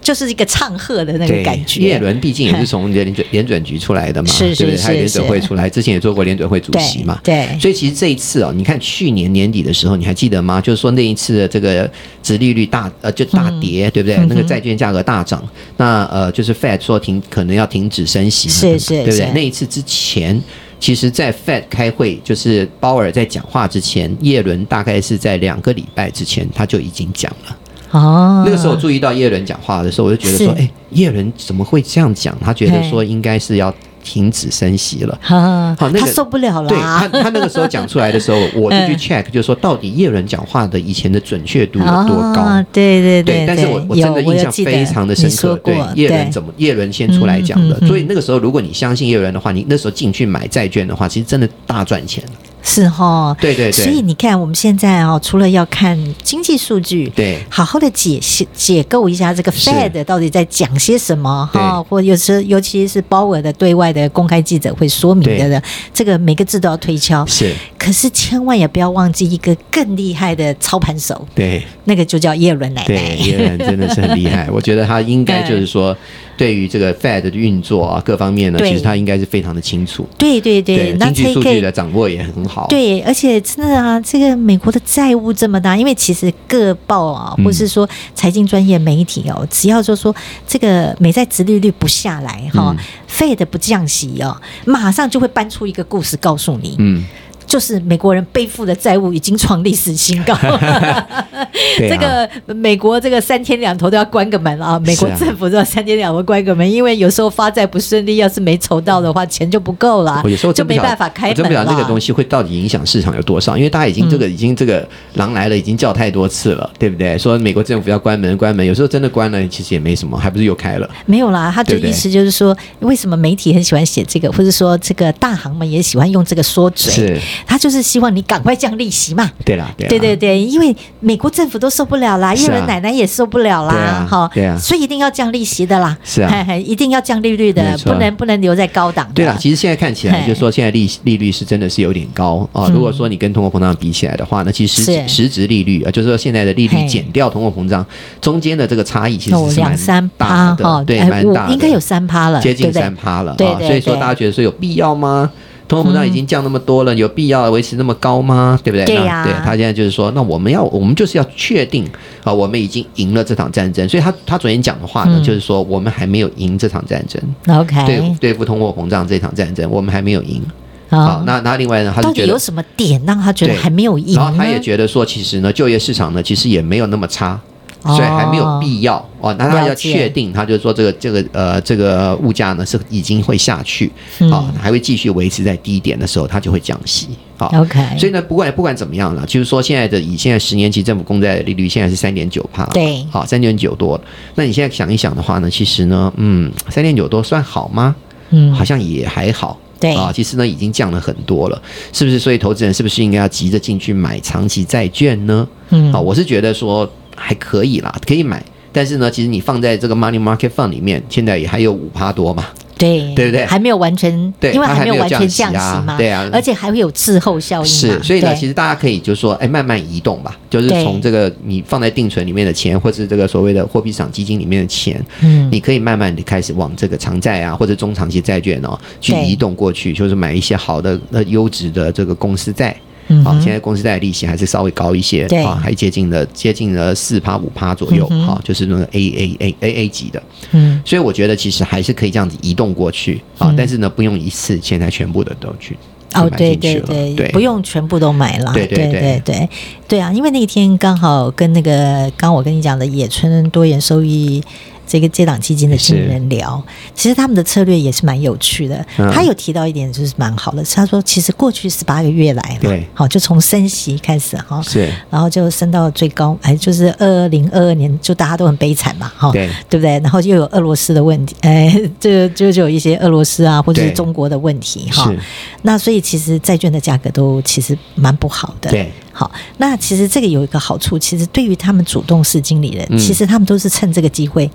Speaker 3: 就是一个唱和的那个
Speaker 2: 对，
Speaker 3: 感觉。
Speaker 2: 叶伦毕竟也是从联准联准局出来的嘛，
Speaker 3: 是是
Speaker 2: 对不对
Speaker 3: 是
Speaker 2: 他联准
Speaker 3: 是
Speaker 2: 会出来，之前也做过联准会主席嘛，
Speaker 3: 对对
Speaker 2: 所以其实这一次哦，你看去年年底的时候，你还记得吗？就是说那一次的这个殖利率大呃就大跌，
Speaker 3: 嗯
Speaker 2: 对不对？那个债券价格大涨，那呃就是 Fed 说停可能要停止升息嘛，
Speaker 3: 是是
Speaker 2: 对不对
Speaker 3: 是？
Speaker 2: 那一次之前。其实，在 Fed 开会，就是鲍尔在讲话之前，耶伦大概是在两个礼拜之前他就已经讲了。
Speaker 3: 哦，
Speaker 2: 那个时
Speaker 3: [laughs]
Speaker 2: 候我注意到耶伦讲话的时候，我就觉得说，
Speaker 3: 是
Speaker 2: 哎、耶伦怎么会这样讲？他觉得说应该是要停止升息了。
Speaker 3: 啊，
Speaker 2: [laughs] 好那
Speaker 3: 他
Speaker 2: 个
Speaker 3: 受不了了
Speaker 2: 对他，
Speaker 3: 啊，
Speaker 2: 他那个时候讲出来的时候，我就
Speaker 3: [laughs]
Speaker 2: 去
Speaker 3: 嗯
Speaker 2: check，就是说到底耶伦讲话的以前的准确度有多高？
Speaker 3: 啊对对
Speaker 2: 对，但是我我真的印象非常的深刻。对，叶伦怎
Speaker 3: 么
Speaker 2: 么叶伦先出来讲的，
Speaker 3: 嗯嗯嗯
Speaker 2: 所以那个时候如果你相信叶伦的话，你那时候进去买债券的话，其实真的大赚钱。
Speaker 3: 是哈？
Speaker 2: 对对对
Speaker 3: 所以你看，我们现在哦，除了要看经济数据，
Speaker 2: 对
Speaker 3: 好好的解析解构一下这个
Speaker 2: 是
Speaker 3: Fed 到底在讲些什么
Speaker 2: 对
Speaker 3: 哈，或有时尤其是鲍尔的对外的公开记者会说明的呢，这个每个字都要推敲。
Speaker 2: 是，
Speaker 3: 可是千万也不要忘记一个更厉害的操盘手，
Speaker 2: 对。
Speaker 3: 那个就叫耶伦奶
Speaker 2: [laughs] 对，
Speaker 3: 奶。
Speaker 2: 耶伦真的是很
Speaker 3: [laughs]
Speaker 2: 厉害。我觉得他应该就是说，对于这个 Fed 的运作啊，各方面呢，
Speaker 3: 对
Speaker 2: 其实他应该是非常的清楚。
Speaker 3: 对对对，那
Speaker 2: 经济
Speaker 3: 才
Speaker 2: 数
Speaker 3: 可
Speaker 2: 据
Speaker 3: 以
Speaker 2: 的掌握也很好。
Speaker 3: 对，而且真的啊，这个美国的债务这么大，因为其实各报啊，
Speaker 2: 嗯
Speaker 3: 或是说财经专业媒体哦，只要就说这个美债殖利率不下来
Speaker 2: 嗯
Speaker 3: 哈、费的不降息哦，马上就会搬出一个故事告诉你，
Speaker 2: 嗯，
Speaker 3: 就是美国人背负的债务已经创历史新高。
Speaker 2: [laughs] 对
Speaker 3: 这
Speaker 2: 啊，
Speaker 3: 个美国这个三天两头都要关个门啊！美国
Speaker 2: 是啊
Speaker 3: 政府都要三天两头关个门，因为有时候发债不顺利，要是没筹到的话，钱就不够了
Speaker 2: 我哦有时候，
Speaker 3: 啊就
Speaker 2: 真不
Speaker 3: 没
Speaker 2: 晓得
Speaker 3: 办法开
Speaker 2: 我真
Speaker 3: 门
Speaker 2: 不晓
Speaker 3: 了。
Speaker 2: 得那个东西会到底影响市场有多少，因为大家已经这个已经这个狼来了，已经叫太多次
Speaker 3: 嗯
Speaker 2: 了，对不对？说美国政府要关门关门，有时候真的关了，其实也没什么，还不是又开了。
Speaker 3: 没有啦，他的
Speaker 2: 对不对
Speaker 3: 意思就是说，为什么媒体很喜欢写这个，或者说这个大行们也喜欢用这个说嘴，
Speaker 2: 是，
Speaker 3: 他就是希望你赶快降利息嘛。
Speaker 2: 对啦，对啦
Speaker 3: 对对对，因为美国政府都受不了啦，
Speaker 2: 是啊
Speaker 3: 耶伦奶奶也受不了
Speaker 2: 对
Speaker 3: 啦
Speaker 2: 啊，
Speaker 3: 哈、
Speaker 2: 对啊
Speaker 3: 所以一定要降利息的啦，
Speaker 2: 是啊
Speaker 3: 嘿嘿一定要降利率
Speaker 2: 没
Speaker 3: 的，
Speaker 2: 错
Speaker 3: 不能不能留在高档的。
Speaker 2: 对啦，其实现在看起来，
Speaker 3: 嘿嗯
Speaker 2: 就是说现在利利率是真的是有点高啊。如果说你跟通货膨胀比起来的话，那其实实
Speaker 3: 是
Speaker 2: 实质利率啊，就是说现在的利率
Speaker 3: 嘿
Speaker 2: 减掉通货膨胀中间的这个差异，其
Speaker 3: 哦
Speaker 2: 实，是
Speaker 3: 两
Speaker 2: 蛮
Speaker 3: 三
Speaker 2: 大
Speaker 3: 趴
Speaker 2: 的，
Speaker 3: 哈，
Speaker 2: 对，
Speaker 3: 哎
Speaker 2: 蛮
Speaker 3: 五
Speaker 2: 大的，
Speaker 3: 应该有三趴了，
Speaker 2: 接近
Speaker 3: 对不对
Speaker 2: 三趴了
Speaker 3: 对
Speaker 2: 啊。
Speaker 3: 对
Speaker 2: 所以说
Speaker 3: 对嗯
Speaker 2: 大家觉得说有必要吗？通货膨胀已经降那么多了，有必要维持那么高吗？对不对？
Speaker 3: 对
Speaker 2: 那
Speaker 3: 呀
Speaker 2: 对他现在就是说，那我们要，我们就是要确定啊，我们已经赢了这场战争。所以他他昨天讲的话呢，
Speaker 3: 嗯
Speaker 2: 就是说我们还没有赢这场战争。
Speaker 3: OK，
Speaker 2: 对对付通货膨胀这场战争，我们还没有赢。好，那那另外呢，他
Speaker 3: 哦到
Speaker 2: 就觉
Speaker 3: 底
Speaker 2: 得
Speaker 3: 有，什么点让他觉得
Speaker 2: 对
Speaker 3: 还没有赢呢？
Speaker 2: 然后他也觉得说，其实呢，就业市场呢，其实也没有那么差。所以还没有
Speaker 3: 哦
Speaker 2: 必要哦。那他
Speaker 3: 了
Speaker 2: 要
Speaker 3: 解
Speaker 2: 确定，他就说这个这个呃这个物价呢是已经会下去
Speaker 3: 嗯
Speaker 2: 啊、还会继续维持在低点的时候，他就会降息。好、
Speaker 3: 嗯哦 OK
Speaker 2: 所以呢，不管不管怎么样了，就是说现在的以现在十年期政府公债利率现在是三点九帕，
Speaker 3: 对
Speaker 2: 好三点九多了。那你现在想一想的话呢，其实呢，嗯，三点九多算好吗？
Speaker 3: 嗯
Speaker 2: 好像也还好。
Speaker 3: 对
Speaker 2: 啊，其实呢已经降了很多了，是不是？所以投资人是不是应该要急着进去买长期债券呢？
Speaker 3: 嗯
Speaker 2: 啊，我是觉得说还可以啦，可以买。但是呢，其实你放在这个 money market fund 里面，现在也还有五趴多嘛，
Speaker 3: 对
Speaker 2: 对不对
Speaker 3: 还没有完全，
Speaker 2: 对
Speaker 3: 因为
Speaker 2: 它还
Speaker 3: 没有
Speaker 2: 没有
Speaker 3: 完全
Speaker 2: 降息啊
Speaker 3: 息嘛，
Speaker 2: 对啊
Speaker 3: 而且还会有滞后效应嘛
Speaker 2: 是，所以呢，
Speaker 3: 哦对
Speaker 2: 其实大家可以就说，哎，慢慢移动吧，就是
Speaker 3: 对
Speaker 2: 从这个你放在定存里面的钱，或是这个所谓的货币市场基金里面的钱，
Speaker 3: 嗯
Speaker 2: 你可以慢慢的开始往这个长债啊，或者中长期债券哦，去
Speaker 3: 对
Speaker 2: 移动过去，就是买一些好的、呃优质的这个公司债。
Speaker 3: 嗯
Speaker 2: 好、
Speaker 3: 哼
Speaker 2: 现在公司债的利息还是稍微高一些，
Speaker 3: 对
Speaker 2: 啊，还接近了接近了四趴五趴左右，
Speaker 3: 嗯哼
Speaker 2: 好、就是那个 A A A A A 级的，
Speaker 3: 嗯
Speaker 2: 所以我觉得其实还是可以这样子移动过去啊，
Speaker 3: 嗯
Speaker 2: 但是呢，不用一次现在全部的都去
Speaker 3: 哦，
Speaker 2: 买
Speaker 3: 对
Speaker 2: 进去
Speaker 3: 对
Speaker 2: 了，
Speaker 3: 对，
Speaker 2: 对，
Speaker 3: 不用全部都买了，
Speaker 2: 对
Speaker 3: 对
Speaker 2: 对对
Speaker 3: 对对对啊！因为那天刚好跟那个刚我跟你讲的野村多元收益这个这档基金的经理人聊，其实他们的策略也是蛮有趣的。
Speaker 2: 嗯
Speaker 3: 他有提到一点就是蛮好的，是他说其实过去十八个月来嘛
Speaker 2: 对，
Speaker 3: 好就从升息开始哈，
Speaker 2: 是
Speaker 3: 然后就升到最高，哎，就是二零二二年，就大家都很悲惨嘛，哈，
Speaker 2: 对
Speaker 3: 对不对？然后又有俄罗斯的问题，哎， [laughs] 就就就有一些俄罗斯啊，或者是
Speaker 2: 对
Speaker 3: 中国的问题，哈
Speaker 2: 是。，
Speaker 3: 那所以其实债券的价格都其实蛮不好的，
Speaker 2: 对。
Speaker 3: 好，那其实这个有一个好处，其实对于他们主动式经理人，
Speaker 2: 嗯
Speaker 3: 其实他们都是趁这个机会，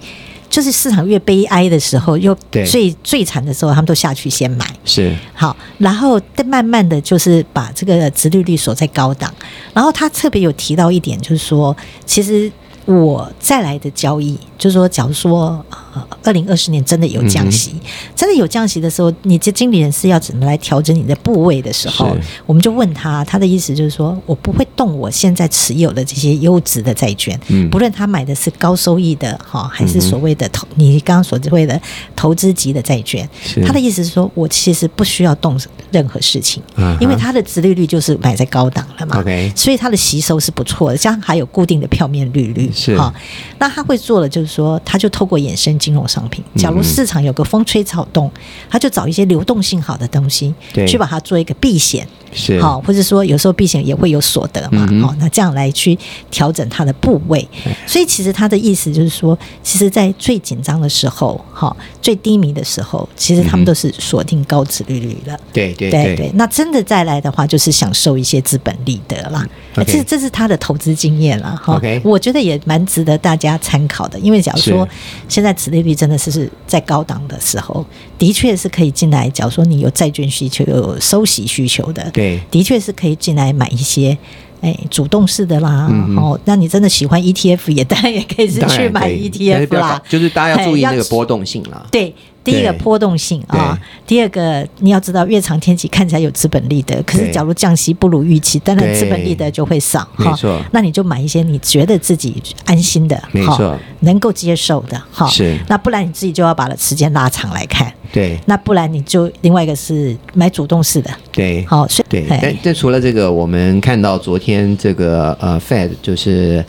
Speaker 3: 就是市场越悲哀的时候，又
Speaker 2: 对
Speaker 3: 最最惨的时候，他们都下去先买。
Speaker 2: 是
Speaker 3: 好，然后再慢慢的就是把这个殖利率锁在高档。然后他特别有提到一点，就是说，其实我再来的交易，就是说，假如说呃二零二十年真的有降息，
Speaker 2: 嗯
Speaker 3: 真的有降息的时候，你这经理人是要怎么来调整你的部位的时候
Speaker 2: 是，
Speaker 3: 我们就问他，他的意思就是说我不会动我现在持有的这些优质的债券，
Speaker 2: 嗯
Speaker 3: 不论他买的是高收益的哈，还是
Speaker 2: 嗯哼
Speaker 3: 所谓的投、你刚刚所谓的投资级的债券，
Speaker 2: 是
Speaker 3: 他的意思是说，我其实不需要动任何事情，
Speaker 2: 嗯哼
Speaker 3: 因为它的殖利率就是买在高档了嘛
Speaker 2: OK
Speaker 3: 所以它的吸收是不错的，加上还有固定的票面利率，
Speaker 2: 是
Speaker 3: 哈那他会做的就是说，他就透过衍生金融商品，假
Speaker 2: 嗯
Speaker 3: 如市场有个风吹草动，他就找一些流动性好的东西，
Speaker 2: 对
Speaker 3: 去把它做一个避险，
Speaker 2: 是
Speaker 3: 好，或者说有时候避险也会有所得嘛，好、
Speaker 2: 嗯哼
Speaker 3: 那这样来去调整它的部位。所以其实他的意思就是说，其实，在最紧张的时候，哈、最低迷的时候，其实
Speaker 2: 嗯
Speaker 3: 他们都是锁定高值利率了。
Speaker 2: 对对
Speaker 3: 对对，那真的再来的话，就是享受一些资本利得啦。
Speaker 2: OK
Speaker 3: 这这是他的投资经验啦，哈
Speaker 2: OK
Speaker 3: 我觉得也蛮值得大家参考的。因为假如说
Speaker 2: 是
Speaker 3: 现在殖利率真的是是在高档的时候，的确是可以进来。假如说你有债券需求、有收息需求的，
Speaker 2: 对
Speaker 3: 的确是可以进来买一些。哎，主动式的啦，哦，那你真的喜欢 ETF 也当然也可以是
Speaker 2: 嗯当然
Speaker 3: 去买
Speaker 2: 可以但是
Speaker 3: ETF
Speaker 2: 不要
Speaker 3: 啦
Speaker 2: 搞，就是大家要注意
Speaker 3: 哎
Speaker 2: 那个波动性啦。
Speaker 3: 对，第一个
Speaker 2: 对
Speaker 3: 波动性啊，第二个你要知道，越长天期看起来有资本利得，可是
Speaker 2: 对
Speaker 3: 假如降息不如预期，当然
Speaker 2: 对
Speaker 3: 资本利得就会少
Speaker 2: 没
Speaker 3: 哈
Speaker 2: 错。
Speaker 3: 那你就买一些你觉得自己安心的，
Speaker 2: 没
Speaker 3: 哈
Speaker 2: 错，
Speaker 3: 能够接受的哈。
Speaker 2: 是
Speaker 3: 那不然你自己就要把时间拉长来看，
Speaker 2: 对
Speaker 3: 那不然你就另外一个是买主动式的，
Speaker 2: 对，
Speaker 3: 好，所以
Speaker 2: 对，
Speaker 3: 哎
Speaker 2: 但但除了这个，我们看到昨天这个呃，Fed 就是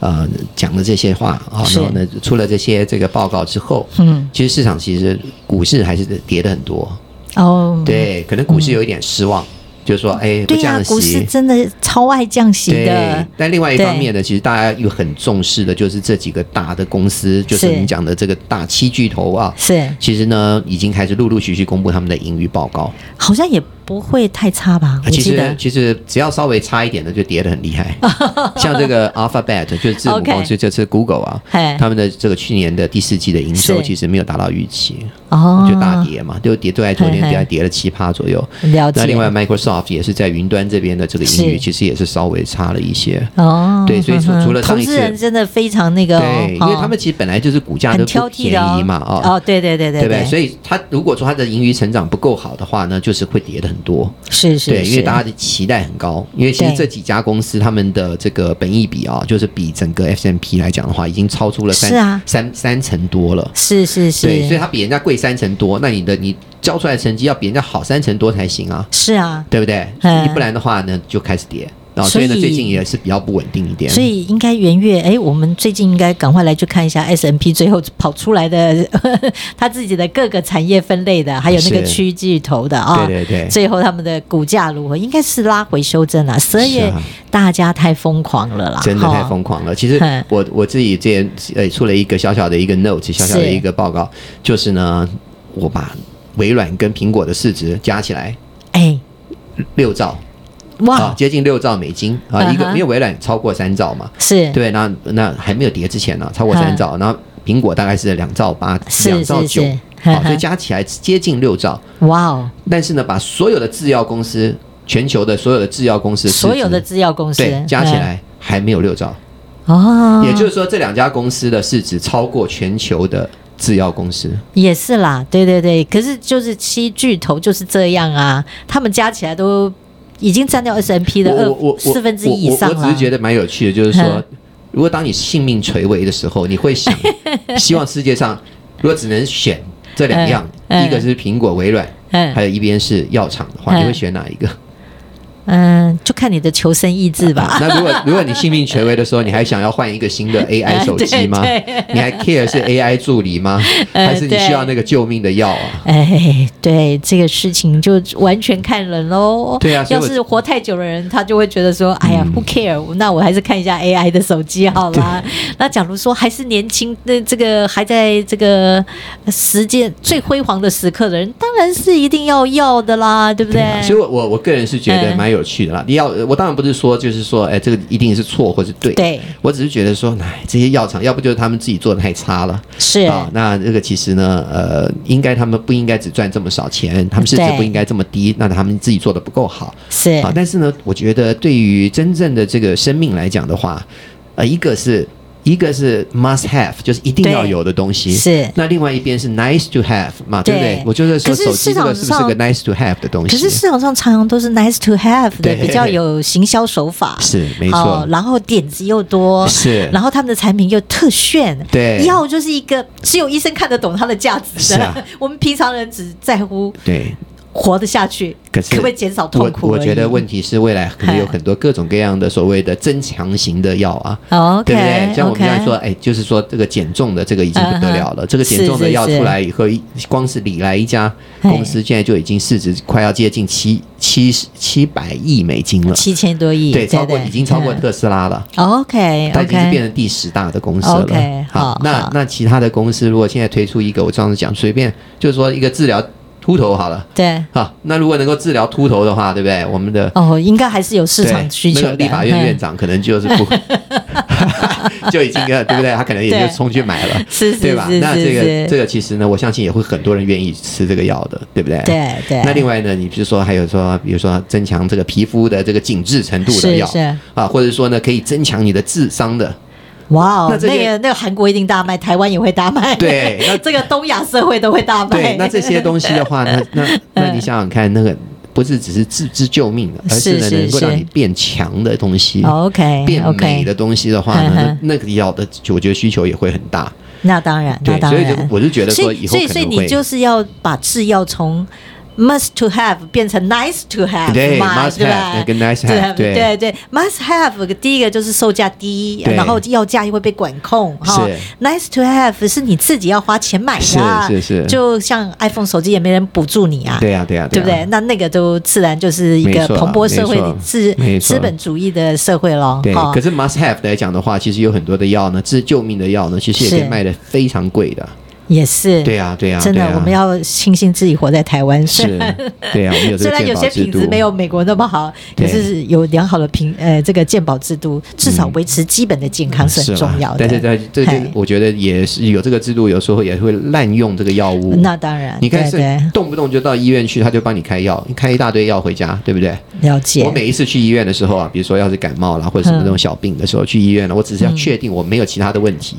Speaker 2: 呃讲的这些话啊、
Speaker 3: 是
Speaker 2: 然后呢出了这些这个报告之后，
Speaker 3: 嗯，
Speaker 2: 其实市场其实股市还是跌的很多，
Speaker 3: 哦，
Speaker 2: 对，可能股市有一点失望，就是说哎不
Speaker 3: 对呀、
Speaker 2: 降
Speaker 3: 股市
Speaker 2: 息。
Speaker 3: 真的超爱降息
Speaker 2: 对
Speaker 3: 的，，
Speaker 2: 但另外一方
Speaker 3: 对
Speaker 2: 面呢，其实大家又很重视的，就是这几个大的公司，就是
Speaker 3: 是
Speaker 2: 你讲的这个大七巨头啊，
Speaker 3: 是
Speaker 2: 其实呢已经开始陆陆续续公布他们的盈余报告。
Speaker 3: 好像也不会太差吧？我
Speaker 2: 其
Speaker 3: 记得
Speaker 2: 实啊其实只要稍微差一点的就跌得很厉
Speaker 3: [laughs]
Speaker 2: 害，像这个 Alphabet 就是字母
Speaker 3: OK
Speaker 2: 公司，这次 Google 啊
Speaker 3: 嘿，
Speaker 2: 他们的这个去年的第四季的营收
Speaker 3: 是
Speaker 2: 其实没有达到预期，
Speaker 3: 哦，
Speaker 2: 就大跌嘛，就跌对，昨天
Speaker 3: 嘿嘿
Speaker 2: 跌跌了七趴左右。
Speaker 3: 了解。
Speaker 2: 那另外 Microsoft 也是在云端这边的这个盈
Speaker 3: 是
Speaker 2: 余其实也是稍微差了一些，
Speaker 3: 哦，
Speaker 2: 对所以除
Speaker 3: 哼哼
Speaker 2: 除了上
Speaker 3: 投
Speaker 2: 一
Speaker 3: 资
Speaker 2: 次
Speaker 3: 人真的非常那个哦，
Speaker 2: 对，因为他们
Speaker 3: 哦
Speaker 2: 其实本来就是股价都
Speaker 3: 很挑
Speaker 2: 不
Speaker 3: 剔的
Speaker 2: 便
Speaker 3: 哦
Speaker 2: 宜嘛，
Speaker 3: 哦，对对对
Speaker 2: 对不
Speaker 3: 对，
Speaker 2: 对？所以它如果说它的盈余成长不够好的话呢，就是会跌的很多。
Speaker 3: 是是
Speaker 2: 对，因为
Speaker 3: 是
Speaker 2: 大家的期待很高，因为其实
Speaker 3: 对
Speaker 2: 这几家公司他们的这个本益比啊，就是比整个 S M P 来讲的话，已经超出了三
Speaker 3: 是啊
Speaker 2: 三三成多了。
Speaker 3: 是是
Speaker 2: 对，所以
Speaker 3: 是
Speaker 2: 它比人家贵三成多，那你的你交出来的成绩要比人家好三成多才行啊，
Speaker 3: 是啊，
Speaker 2: 对不对？
Speaker 3: 嗯
Speaker 2: 你不然的话呢，就开始跌。啊、
Speaker 3: 所
Speaker 2: 所
Speaker 3: 以
Speaker 2: 以呢，最近也是比较不稳定一点。
Speaker 3: 所以应该元月，哎，我们最近应该赶快来去看一下 S M P [laughs] 最后跑出来的 [laughs] 他自己的各个产业分类的，还有那个
Speaker 2: 是
Speaker 3: 区巨头的啊、
Speaker 2: 对对对
Speaker 3: 最后他们的股价如何，应该是拉回修正了。十二月、
Speaker 2: 是啊
Speaker 3: 大家太疯狂了啦，
Speaker 2: 真的太
Speaker 3: 哈
Speaker 2: 疯狂了。其实
Speaker 3: 嗯
Speaker 2: 我我自己之前呃出了一个小小的一个 note，小小的一个报告，就是呢，我把微软跟苹果的市值加起来
Speaker 3: 哎
Speaker 2: 六兆
Speaker 3: 哇、
Speaker 2: 啊，接近六兆美金
Speaker 3: 嗯
Speaker 2: 啊，
Speaker 3: 哼
Speaker 2: 一个因为微软超过三兆嘛，
Speaker 3: 是
Speaker 2: 对，那那还没有跌之前呢、超过三
Speaker 3: 嗯
Speaker 2: 兆，然后苹果大概是两兆八
Speaker 3: 是、
Speaker 2: 两兆
Speaker 3: 是
Speaker 2: 九
Speaker 3: 是，
Speaker 2: 好，
Speaker 3: 嗯
Speaker 2: 所以
Speaker 3: 哼
Speaker 2: 加起来接近六兆。
Speaker 3: 哇哦，
Speaker 2: 但是呢，把所有的制药公司，全球的所有的制药公司市值，
Speaker 3: 所有的制药公司
Speaker 2: 对加起来还没有六兆。
Speaker 3: 嗯哦，
Speaker 2: 也就是说，这两家公司的市值超过全球的制药公司。
Speaker 3: 也是啦，对对对，可是就是七巨头就是这样啊，他们加起来都已经占掉 S M P 的
Speaker 2: 我我
Speaker 3: 二
Speaker 2: 我
Speaker 3: 四分之一以上
Speaker 2: 我
Speaker 3: 了。
Speaker 2: 我只是觉得蛮有趣的，就是说
Speaker 3: 嗯，
Speaker 2: 如果当你性命垂危的时候，你
Speaker 3: [laughs]
Speaker 2: 会想，希望世界上如果只能选这两样，
Speaker 3: 嗯嗯
Speaker 2: 一个是苹果、微软，还
Speaker 3: 嗯
Speaker 2: 有一边是药厂的话，
Speaker 3: 嗯
Speaker 2: 你会选哪一
Speaker 3: [laughs]
Speaker 2: 个？
Speaker 3: 嗯，就看你的求生意志吧。
Speaker 2: 那如果如果你性命垂危的时候，你还想要换一个
Speaker 3: [laughs]
Speaker 2: 新的 AI 手机吗
Speaker 3: 对对？
Speaker 2: 你还 care 是 AI 助理吗？
Speaker 3: [laughs] 嗯
Speaker 2: 还是你需要那个救命的药啊？
Speaker 3: 哎，对这个事情就完全看人喽。
Speaker 2: 对啊所以
Speaker 3: 要
Speaker 2: 我嗯
Speaker 3: 是活太久的人，他就会觉得说，哎呀、w h o care？那我还是看一下 AI 的手机好啦。那假如说还是年轻，那这个还在这个时间最辉煌的时刻的人，当然是一定要要的啦，对不对？
Speaker 2: 啊所以我，我我个人是觉得
Speaker 3: 嗯
Speaker 2: 蛮有趣的啦。药，我当然不是说就是说，哎，这个一定是错或是对。
Speaker 3: 对
Speaker 2: 我只是觉得说，哎，这些药厂要不就是他们自己做的太差了
Speaker 3: 是、
Speaker 2: 啊。那这个其实呢，呃，应该他们不应该只赚这么少钱，他们市值
Speaker 3: 对
Speaker 2: 不应该这么低，那他们自己做的不够好
Speaker 3: 是
Speaker 2: 啊。但是呢，我觉得对于真正的这个生命来讲的话，呃，一个是一个是 must have，就是一定要
Speaker 3: 对
Speaker 2: 有的东西。
Speaker 3: 是。
Speaker 2: 那另外一边是 nice to have 嘛，对不对
Speaker 3: 对？
Speaker 2: 我就是说，
Speaker 3: 可是
Speaker 2: 手机
Speaker 3: 市
Speaker 2: 这
Speaker 3: 场
Speaker 2: 个是不是
Speaker 3: 上
Speaker 2: 个 nice to have 的东西？
Speaker 3: 可是市场上常常都是 nice to have 的，
Speaker 2: 对
Speaker 3: 比较有行销手法，
Speaker 2: 是没错
Speaker 3: 哦然后点子又多，
Speaker 2: 是
Speaker 3: 然后他们的产品又特炫，
Speaker 2: 对
Speaker 3: 药就是一个只有医生看得懂它的价值的，
Speaker 2: 是啊
Speaker 3: [laughs] 我们平常人只在乎
Speaker 2: 对，
Speaker 3: 活得下去，
Speaker 2: 可是
Speaker 3: 不可以减少痛苦
Speaker 2: 我
Speaker 3: 而
Speaker 2: 我
Speaker 3: 已哎
Speaker 2: 觉得问题是未来可能有很多各种各样的所谓的增强型的药啊。
Speaker 3: 哦
Speaker 2: 对不对
Speaker 3: ，OK，？
Speaker 2: 像我
Speaker 3: OK
Speaker 2: 们刚才说，哎，就是说这个减重的这个已经不得了了。
Speaker 3: 嗯哼
Speaker 2: 这个减重的药
Speaker 3: 是是是
Speaker 2: 出来以后，一光是李来一家公司现在就已经市值快要接近七七十七百亿美金了，
Speaker 3: 七千多亿，
Speaker 2: 对，
Speaker 3: 对，
Speaker 2: 超过已经超过特斯拉了。
Speaker 3: OK，
Speaker 2: 它已经是变成第十大的公司了。
Speaker 3: OK，好
Speaker 2: 那
Speaker 3: 好
Speaker 2: 那其他的公司如果现在推出一个，我上次讲随便，就是说一个治疗秃头好了，
Speaker 3: 对。
Speaker 2: 好，啊那如果能够治疗秃头的话，对不对？我们的
Speaker 3: 哦，应该还是有市场
Speaker 2: 对
Speaker 3: 需求
Speaker 2: 那
Speaker 3: 的。
Speaker 2: 个立法院
Speaker 3: 嗯
Speaker 2: 院长可能
Speaker 3: [laughs]
Speaker 2: 就是不， [laughs] 就已经跟对不对？他可能也
Speaker 3: 对
Speaker 2: 就冲去买了，
Speaker 3: [laughs] 是是
Speaker 2: 对吧？
Speaker 3: 是
Speaker 2: 那
Speaker 3: 是
Speaker 2: 这
Speaker 3: 是
Speaker 2: 个这个其实呢，我相信也会很多人愿意吃这个药的，对不对？
Speaker 3: 嗯对对
Speaker 2: 那另外呢，你比如说还有说，比如说增强这个皮肤的这个紧致程度的药
Speaker 3: 是是
Speaker 2: 啊，或者说呢，可以增强你的智商
Speaker 3: [laughs]
Speaker 2: 的，
Speaker 3: 哇哦，
Speaker 2: 那这些
Speaker 3: 那个那个韩国一定大卖，台湾也会大卖， [laughs]
Speaker 2: 对那
Speaker 3: 这个东亚社会都会大卖。
Speaker 2: 对，哎那这些
Speaker 3: [laughs]
Speaker 2: 东西的话，那那那
Speaker 3: 嗯
Speaker 2: 你想想看，那个不是只是治之救命的，而是呢
Speaker 3: 是是
Speaker 2: 能够
Speaker 3: 是哦
Speaker 2: 让你变强的东西。
Speaker 3: OK
Speaker 2: 变
Speaker 3: OK，
Speaker 2: 美的东西的话
Speaker 3: 嗯
Speaker 2: 呢
Speaker 3: 哼，
Speaker 2: 那那个药的我觉得需求也会很大，
Speaker 3: 那当然，那
Speaker 2: 对，
Speaker 3: 当
Speaker 2: 所以
Speaker 3: 然
Speaker 2: 就，我就觉得
Speaker 3: 所
Speaker 2: 说
Speaker 3: 以
Speaker 2: 以后
Speaker 3: 所以
Speaker 2: 可
Speaker 3: 所以
Speaker 2: 能
Speaker 3: 你
Speaker 2: 会
Speaker 3: 就是要把制药从 must to have 变成 nice to have
Speaker 2: 对
Speaker 3: 嘛，
Speaker 2: must
Speaker 3: 对吧
Speaker 2: have 跟 nice have，
Speaker 3: 对对
Speaker 2: 对
Speaker 3: 对，must have 第一个就是售价低，
Speaker 2: 对
Speaker 3: 然后药价又会被管控哈
Speaker 2: 是。
Speaker 3: nice to have 是你自己要花钱买的啊，
Speaker 2: 是是是
Speaker 3: 就像 iPhone 手机也没人补助你啊，
Speaker 2: 对呀对呀
Speaker 3: 对不对？
Speaker 2: 呀
Speaker 3: 那那个都自然就是一个
Speaker 2: 没错
Speaker 3: 蓬勃社会
Speaker 2: 没错、
Speaker 3: 资
Speaker 2: 没错
Speaker 3: 资本主义的社会咯。
Speaker 2: 对
Speaker 3: 哈，
Speaker 2: 可是 must have 来讲的话，其实有很多的药呢，治救命的药呢，其实也可
Speaker 3: 是
Speaker 2: 以卖的非常贵的。
Speaker 3: 也是，
Speaker 2: 对呀，对呀，啊
Speaker 3: 真的，
Speaker 2: 对呀
Speaker 3: 我们要庆幸自己活在台湾，虽
Speaker 2: 是
Speaker 3: 然，
Speaker 2: 对呀，我们有
Speaker 3: [laughs]
Speaker 2: 这
Speaker 3: 虽
Speaker 2: 个
Speaker 3: 然有
Speaker 2: 健保
Speaker 3: 些
Speaker 2: 制
Speaker 3: 品
Speaker 2: 度
Speaker 3: 质没有美国那么好，可
Speaker 2: 对
Speaker 3: 是有良好的品呃这个健保制度，至少维持基本的健康是很
Speaker 2: 吧
Speaker 3: 重要的。
Speaker 2: 但嗯是在这
Speaker 3: 嘿
Speaker 2: 这，我觉得也是有这个制度，有时候也会滥用这个药物。
Speaker 3: 那当然，
Speaker 2: 你看
Speaker 3: 对
Speaker 2: 是
Speaker 3: 对
Speaker 2: 动不动就到医院去，他就帮你开药，你开一大堆药回家，对不对？
Speaker 3: 了解
Speaker 2: 我，每一次去医院的时候啊，比如说要是感冒啦，或者什么那种小病的时候去医院了，我只是
Speaker 3: 嗯
Speaker 2: 要
Speaker 3: [laughs]
Speaker 2: 确定我没有其他的问题。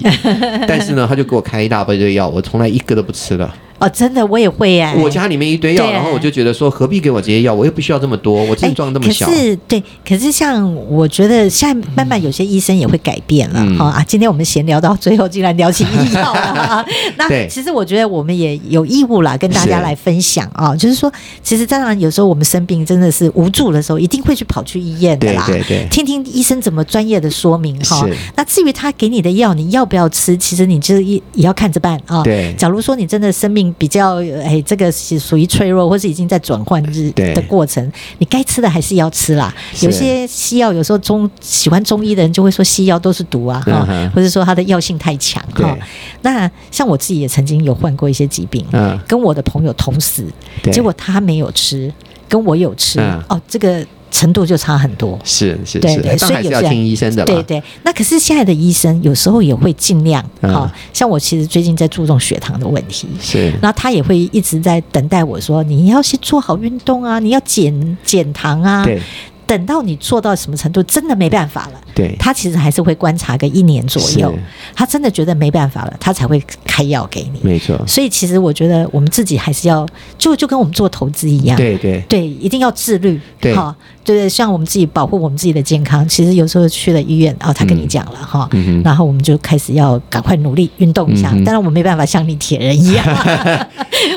Speaker 2: 但是呢，他就给我开一大堆药，我从来一个都不吃了。
Speaker 3: 哦，真的我也会哎、
Speaker 2: 我家里面一堆药，
Speaker 3: 对
Speaker 2: 然后我就觉得说，何必给我这些药？我又不需要这么多，我症状这么小
Speaker 3: 哎可。是对，可是像我觉得现在慢慢有些医生也会改变了哈、
Speaker 2: 嗯
Speaker 3: 啊。今天我们闲聊到最后，竟然聊起医药
Speaker 2: [laughs]
Speaker 3: 了、啊。那
Speaker 2: 对
Speaker 3: 其实我觉得我们也有义务啦，跟大家
Speaker 2: 是
Speaker 3: 来分享啊，就是说，其实当然有时候我们生病真的是无助的时候，一定会去跑去医院的
Speaker 2: 对
Speaker 3: 啦。
Speaker 2: 对对，
Speaker 3: 听听医生怎么专业的说明哈
Speaker 2: 是。
Speaker 3: 那至于他给你的药，你要不要吃，其实你就是也也要看着办啊。
Speaker 2: 对
Speaker 3: 假如说你真的生命比较呃哎，这个是属于脆弱，或是已经在转换日
Speaker 2: 对
Speaker 3: 的过程，你该吃的还是要吃啦。
Speaker 2: 是
Speaker 3: 有些西药有时候中喜欢中医的人就会说西药都是毒啊哈
Speaker 2: 嗯，哼
Speaker 3: 或者说它的药性太强哈
Speaker 2: 对。
Speaker 3: 那像我自己也曾经有患过一些疾病，
Speaker 2: 嗯
Speaker 3: 跟我的朋友同死，
Speaker 2: 对
Speaker 3: 结果他没有吃，跟我有吃，
Speaker 2: 嗯
Speaker 3: 哦，这个程度就差很多。
Speaker 2: 是是
Speaker 3: 对
Speaker 2: 是，
Speaker 3: 对
Speaker 2: 但
Speaker 3: 所以
Speaker 2: 还是
Speaker 3: 有
Speaker 2: 要
Speaker 3: 些
Speaker 2: 听医生的啦。
Speaker 3: 对对，那可是现在的医生有时候也会尽量，好、
Speaker 2: 嗯
Speaker 3: 像我其实最近在注重血糖的问题。
Speaker 2: 是
Speaker 3: 然后他也会一直在等待我说，你要去做好运动啊，你要减减糖啊。
Speaker 2: 对
Speaker 3: 等到你做到什么程度，真的没办法了，
Speaker 2: 对，
Speaker 3: 他其实还是会观察个一年左右
Speaker 2: 是，
Speaker 3: 他真的觉得没办法了，他才会开药给你。
Speaker 2: 没错，
Speaker 3: 所以其实我觉得我们自己还是要，就就跟我们做投资一样，
Speaker 2: 对对
Speaker 3: 对，一定要自律，
Speaker 2: 对
Speaker 3: 哈，对，像我们自己保护我们自己的健康，其实有时候去了医院，哦，他跟你讲了哈，
Speaker 2: 嗯哼
Speaker 3: 然后我们就开始要赶快努力运动一下。
Speaker 2: 嗯哼
Speaker 3: 当然，我没办法像你铁人
Speaker 2: [laughs]
Speaker 3: 一样，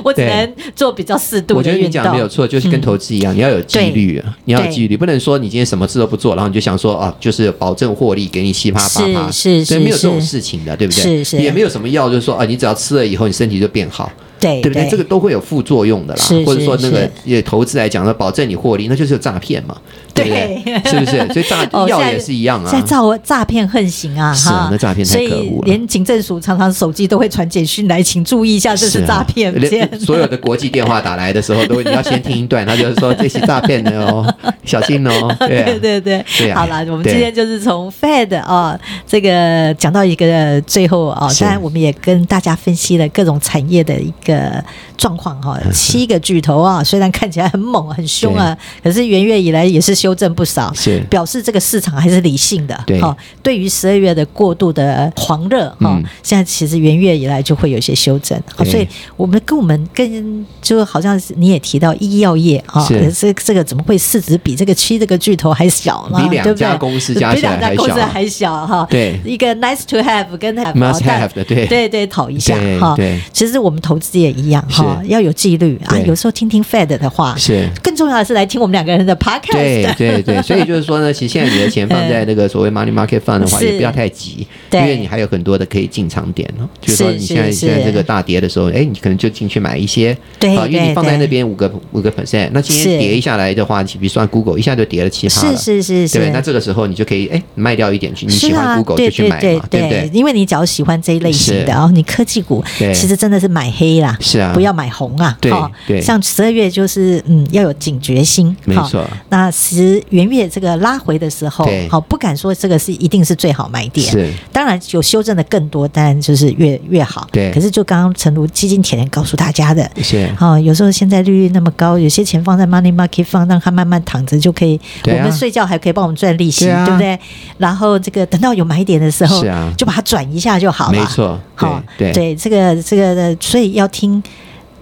Speaker 3: 我只能做比较适度
Speaker 2: 我觉
Speaker 3: 的
Speaker 2: 得你
Speaker 3: 运
Speaker 2: 讲得没有
Speaker 3: 动。嗯
Speaker 2: 错，就是跟投资一样，你要有纪律啊，你要有纪律，不能说你今天什么事都不做，然后你就想说啊，就是保证获利给你七八八八，
Speaker 3: 是是是
Speaker 2: 对没有这种
Speaker 3: 是
Speaker 2: 事情的，对不对？
Speaker 3: 是是
Speaker 2: 也没有什么药，就是说啊，你只要吃了以后，你身体就变好，
Speaker 3: 对
Speaker 2: 对不对？这个都会有副作用的啦
Speaker 3: 是，
Speaker 2: 或者说
Speaker 3: 是
Speaker 2: 那个
Speaker 3: 是
Speaker 2: 也投资来讲，那保证你获利，那就是诈骗嘛，对不对？是不是？所以诈
Speaker 3: [laughs] 哦
Speaker 2: 药
Speaker 3: 现在
Speaker 2: 也是一样啊，
Speaker 3: 在诈诈骗横行啊，
Speaker 2: 是啊
Speaker 3: 哈，
Speaker 2: 那诈骗太
Speaker 3: 所以
Speaker 2: 可恶了
Speaker 3: 连警政署常常手机都会传简讯来，请注意一下，这是
Speaker 2: 啊
Speaker 3: 诈骗。
Speaker 2: [laughs] 连
Speaker 3: 天
Speaker 2: 所有的国际电话打来的时候，都会你要先听一段，他就是说这是诈骗的哦，小心哦， [laughs] 对啊
Speaker 3: [laughs] 对对对，
Speaker 2: 对啊
Speaker 3: 好了，我们
Speaker 2: 对
Speaker 3: 今天就是从 Fed 啊、这个讲到一个最后啊、
Speaker 2: 是
Speaker 3: 当然我们也跟大家分析了各种产业的一个状况哈、
Speaker 2: 嗯
Speaker 3: 七个巨头啊、虽然看起来很猛很凶啊，可是元月以来也是修正不少，
Speaker 2: 是
Speaker 3: 表示这个市场还是理性的。
Speaker 2: 对
Speaker 3: 哈对于十二月的过度的狂热哈、
Speaker 2: 嗯
Speaker 3: 现在其实元月以来就会有一些修正，好
Speaker 2: 对
Speaker 3: 所以我们跟我们跟就好像是你也提到医药业啊，
Speaker 2: 是
Speaker 3: 可这这个怎么会市值比这个七这个巨头还小呢？
Speaker 2: 比两
Speaker 3: 对不对
Speaker 2: 家公司加起来
Speaker 3: 比两家公司
Speaker 2: 还小啊
Speaker 3: 还小哈。
Speaker 2: 对
Speaker 3: 一个 nice to have 跟 have,
Speaker 2: Must
Speaker 3: 但
Speaker 2: have 的对
Speaker 3: 对对讨一下
Speaker 2: 对
Speaker 3: 哈
Speaker 2: 对。
Speaker 3: 其实我们投资也一样哈，
Speaker 2: 是
Speaker 3: 要有纪律啊。
Speaker 2: 对
Speaker 3: 有时候听听 Fed 的话，
Speaker 2: 啊是
Speaker 3: 更重要的是来听我们两个人的 podcast。嗯
Speaker 2: 对对对，所以就是说呢，其实现在你的钱放在那个所谓 money market fund 的话，
Speaker 3: 是
Speaker 2: 也不要太急，
Speaker 3: 对
Speaker 2: 因为你还有很多的可以进场点哦。就是说
Speaker 3: 是
Speaker 2: 你现在
Speaker 3: 是是
Speaker 2: 现在这个大跌的时候，哎，你可能就进去买一些，
Speaker 3: 对
Speaker 2: 啊，因为
Speaker 3: 对
Speaker 2: 你放在
Speaker 3: 对
Speaker 2: 那边五个五个 percent，那今
Speaker 3: 是
Speaker 2: 天跌一下来的话，比如说 Google 一下就跌了七趴
Speaker 3: 是
Speaker 2: 了，
Speaker 3: 是是是。
Speaker 2: 对不对，那这个时候你就可以哎卖掉一点去，你喜
Speaker 3: 是啊，
Speaker 2: 欢 Google 就去买
Speaker 3: 对
Speaker 2: 嘛，
Speaker 3: 对
Speaker 2: 不对？
Speaker 3: 因为你只要喜欢这一类型
Speaker 2: 是
Speaker 3: 的，然哦后你科技股
Speaker 2: 对
Speaker 3: 其实真的是买黑啦，
Speaker 2: 是啊
Speaker 3: 不要买红啊，
Speaker 2: 对
Speaker 3: 哈
Speaker 2: 对
Speaker 3: 像十二月就是嗯要有警觉心，
Speaker 2: 没
Speaker 3: 哈
Speaker 2: 错
Speaker 3: 那十元月这个拉回的时候
Speaker 2: 对，
Speaker 3: 好不敢说这个是一定是最好买点，
Speaker 2: 是
Speaker 3: 当然有修正的更多，当然就是越越好，
Speaker 2: 对
Speaker 3: 可是就刚刚诚如基金铁人告诉大家的，
Speaker 2: 是。
Speaker 3: 好、有时候现在利率那么高，有些钱放在 money market 放，让它慢慢躺着就可以。
Speaker 2: 对啊
Speaker 3: 我们睡觉还可以帮我们赚利息，
Speaker 2: 对啊
Speaker 3: 不对？然后这个等到有买点的时候，
Speaker 2: 是啊
Speaker 3: 就把它转一下就好了。
Speaker 2: 没错对
Speaker 3: 好、
Speaker 2: 对
Speaker 3: 对，这个这个，所以要听。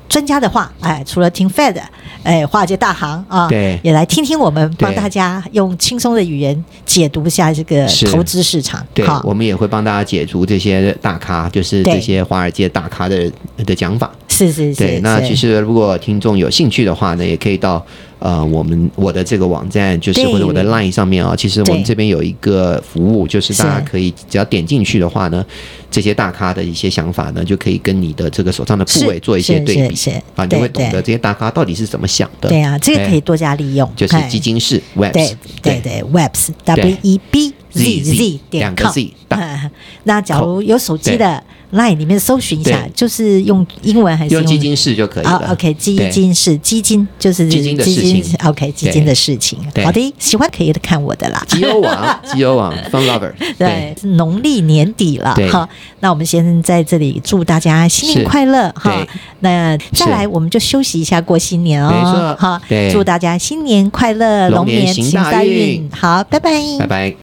Speaker 3: 专家的话，哎，除了听 Fed，哎，华尔街大行啊，
Speaker 2: 对
Speaker 3: 也来听听我们帮
Speaker 2: 对
Speaker 3: 大家用轻松的语言解读一下这个
Speaker 2: 是
Speaker 3: 投资市场。
Speaker 2: 对
Speaker 3: 好，
Speaker 2: 我们也会帮大家解读这些大咖，就是
Speaker 3: 对
Speaker 2: 这些华尔街大咖的的讲法。
Speaker 3: 是是是，
Speaker 2: 对，那
Speaker 3: 是
Speaker 2: 其实如果听众有兴趣的话呢，也可以到呃我们我的这个网站，就是
Speaker 3: 对
Speaker 2: 或者我的 LINE 上面啊、其实我
Speaker 3: 对
Speaker 2: 们这边有一个服务，就是大家
Speaker 3: 是
Speaker 2: 可以只要点进去的话呢，这些大咖的一些想法呢，就可以跟你的这个手上的部位
Speaker 3: 是
Speaker 2: 做一些
Speaker 3: 是
Speaker 2: 对比
Speaker 3: 是是，
Speaker 2: 啊，你就会
Speaker 3: 对
Speaker 2: 懂得这些大咖到底是怎么想的。
Speaker 3: 对啊，这个可以
Speaker 2: 哎
Speaker 3: 多加利用，
Speaker 2: 就是
Speaker 3: 哎
Speaker 2: 基金式 Web，
Speaker 3: 对对对，webs w e b z z 点
Speaker 2: 两
Speaker 3: com
Speaker 2: 个 Z，大
Speaker 3: 嗯 [laughs] 那假如有手机的 Line 里面搜寻一下
Speaker 2: 对，
Speaker 3: 就是用英文还是
Speaker 2: 用基金式就可以了。
Speaker 3: 啊，OK，基
Speaker 2: 对
Speaker 3: 金是基金，就是
Speaker 2: 基金的事情
Speaker 3: 基金，OK，基金的事情。
Speaker 2: 对
Speaker 3: 好的，喜欢可以看我的啦。
Speaker 2: 基欧
Speaker 3: [laughs]
Speaker 2: 网，基欧网 Fun Lover，
Speaker 3: 对，是农历年底了
Speaker 2: 对
Speaker 3: 哈，那我们先在这里祝大家新年
Speaker 2: 是
Speaker 3: 快乐哈
Speaker 2: 对。
Speaker 3: 那再
Speaker 2: 是
Speaker 3: 来，我们就休息一下过新年
Speaker 2: 没错
Speaker 3: 哦。哈，
Speaker 2: 对
Speaker 3: 祝大家新年快乐，
Speaker 2: 龙
Speaker 3: 龙
Speaker 2: 年
Speaker 3: 年
Speaker 2: 行
Speaker 3: 行
Speaker 2: 大
Speaker 3: 大
Speaker 2: 运
Speaker 3: 运。好，拜拜，
Speaker 2: 拜拜。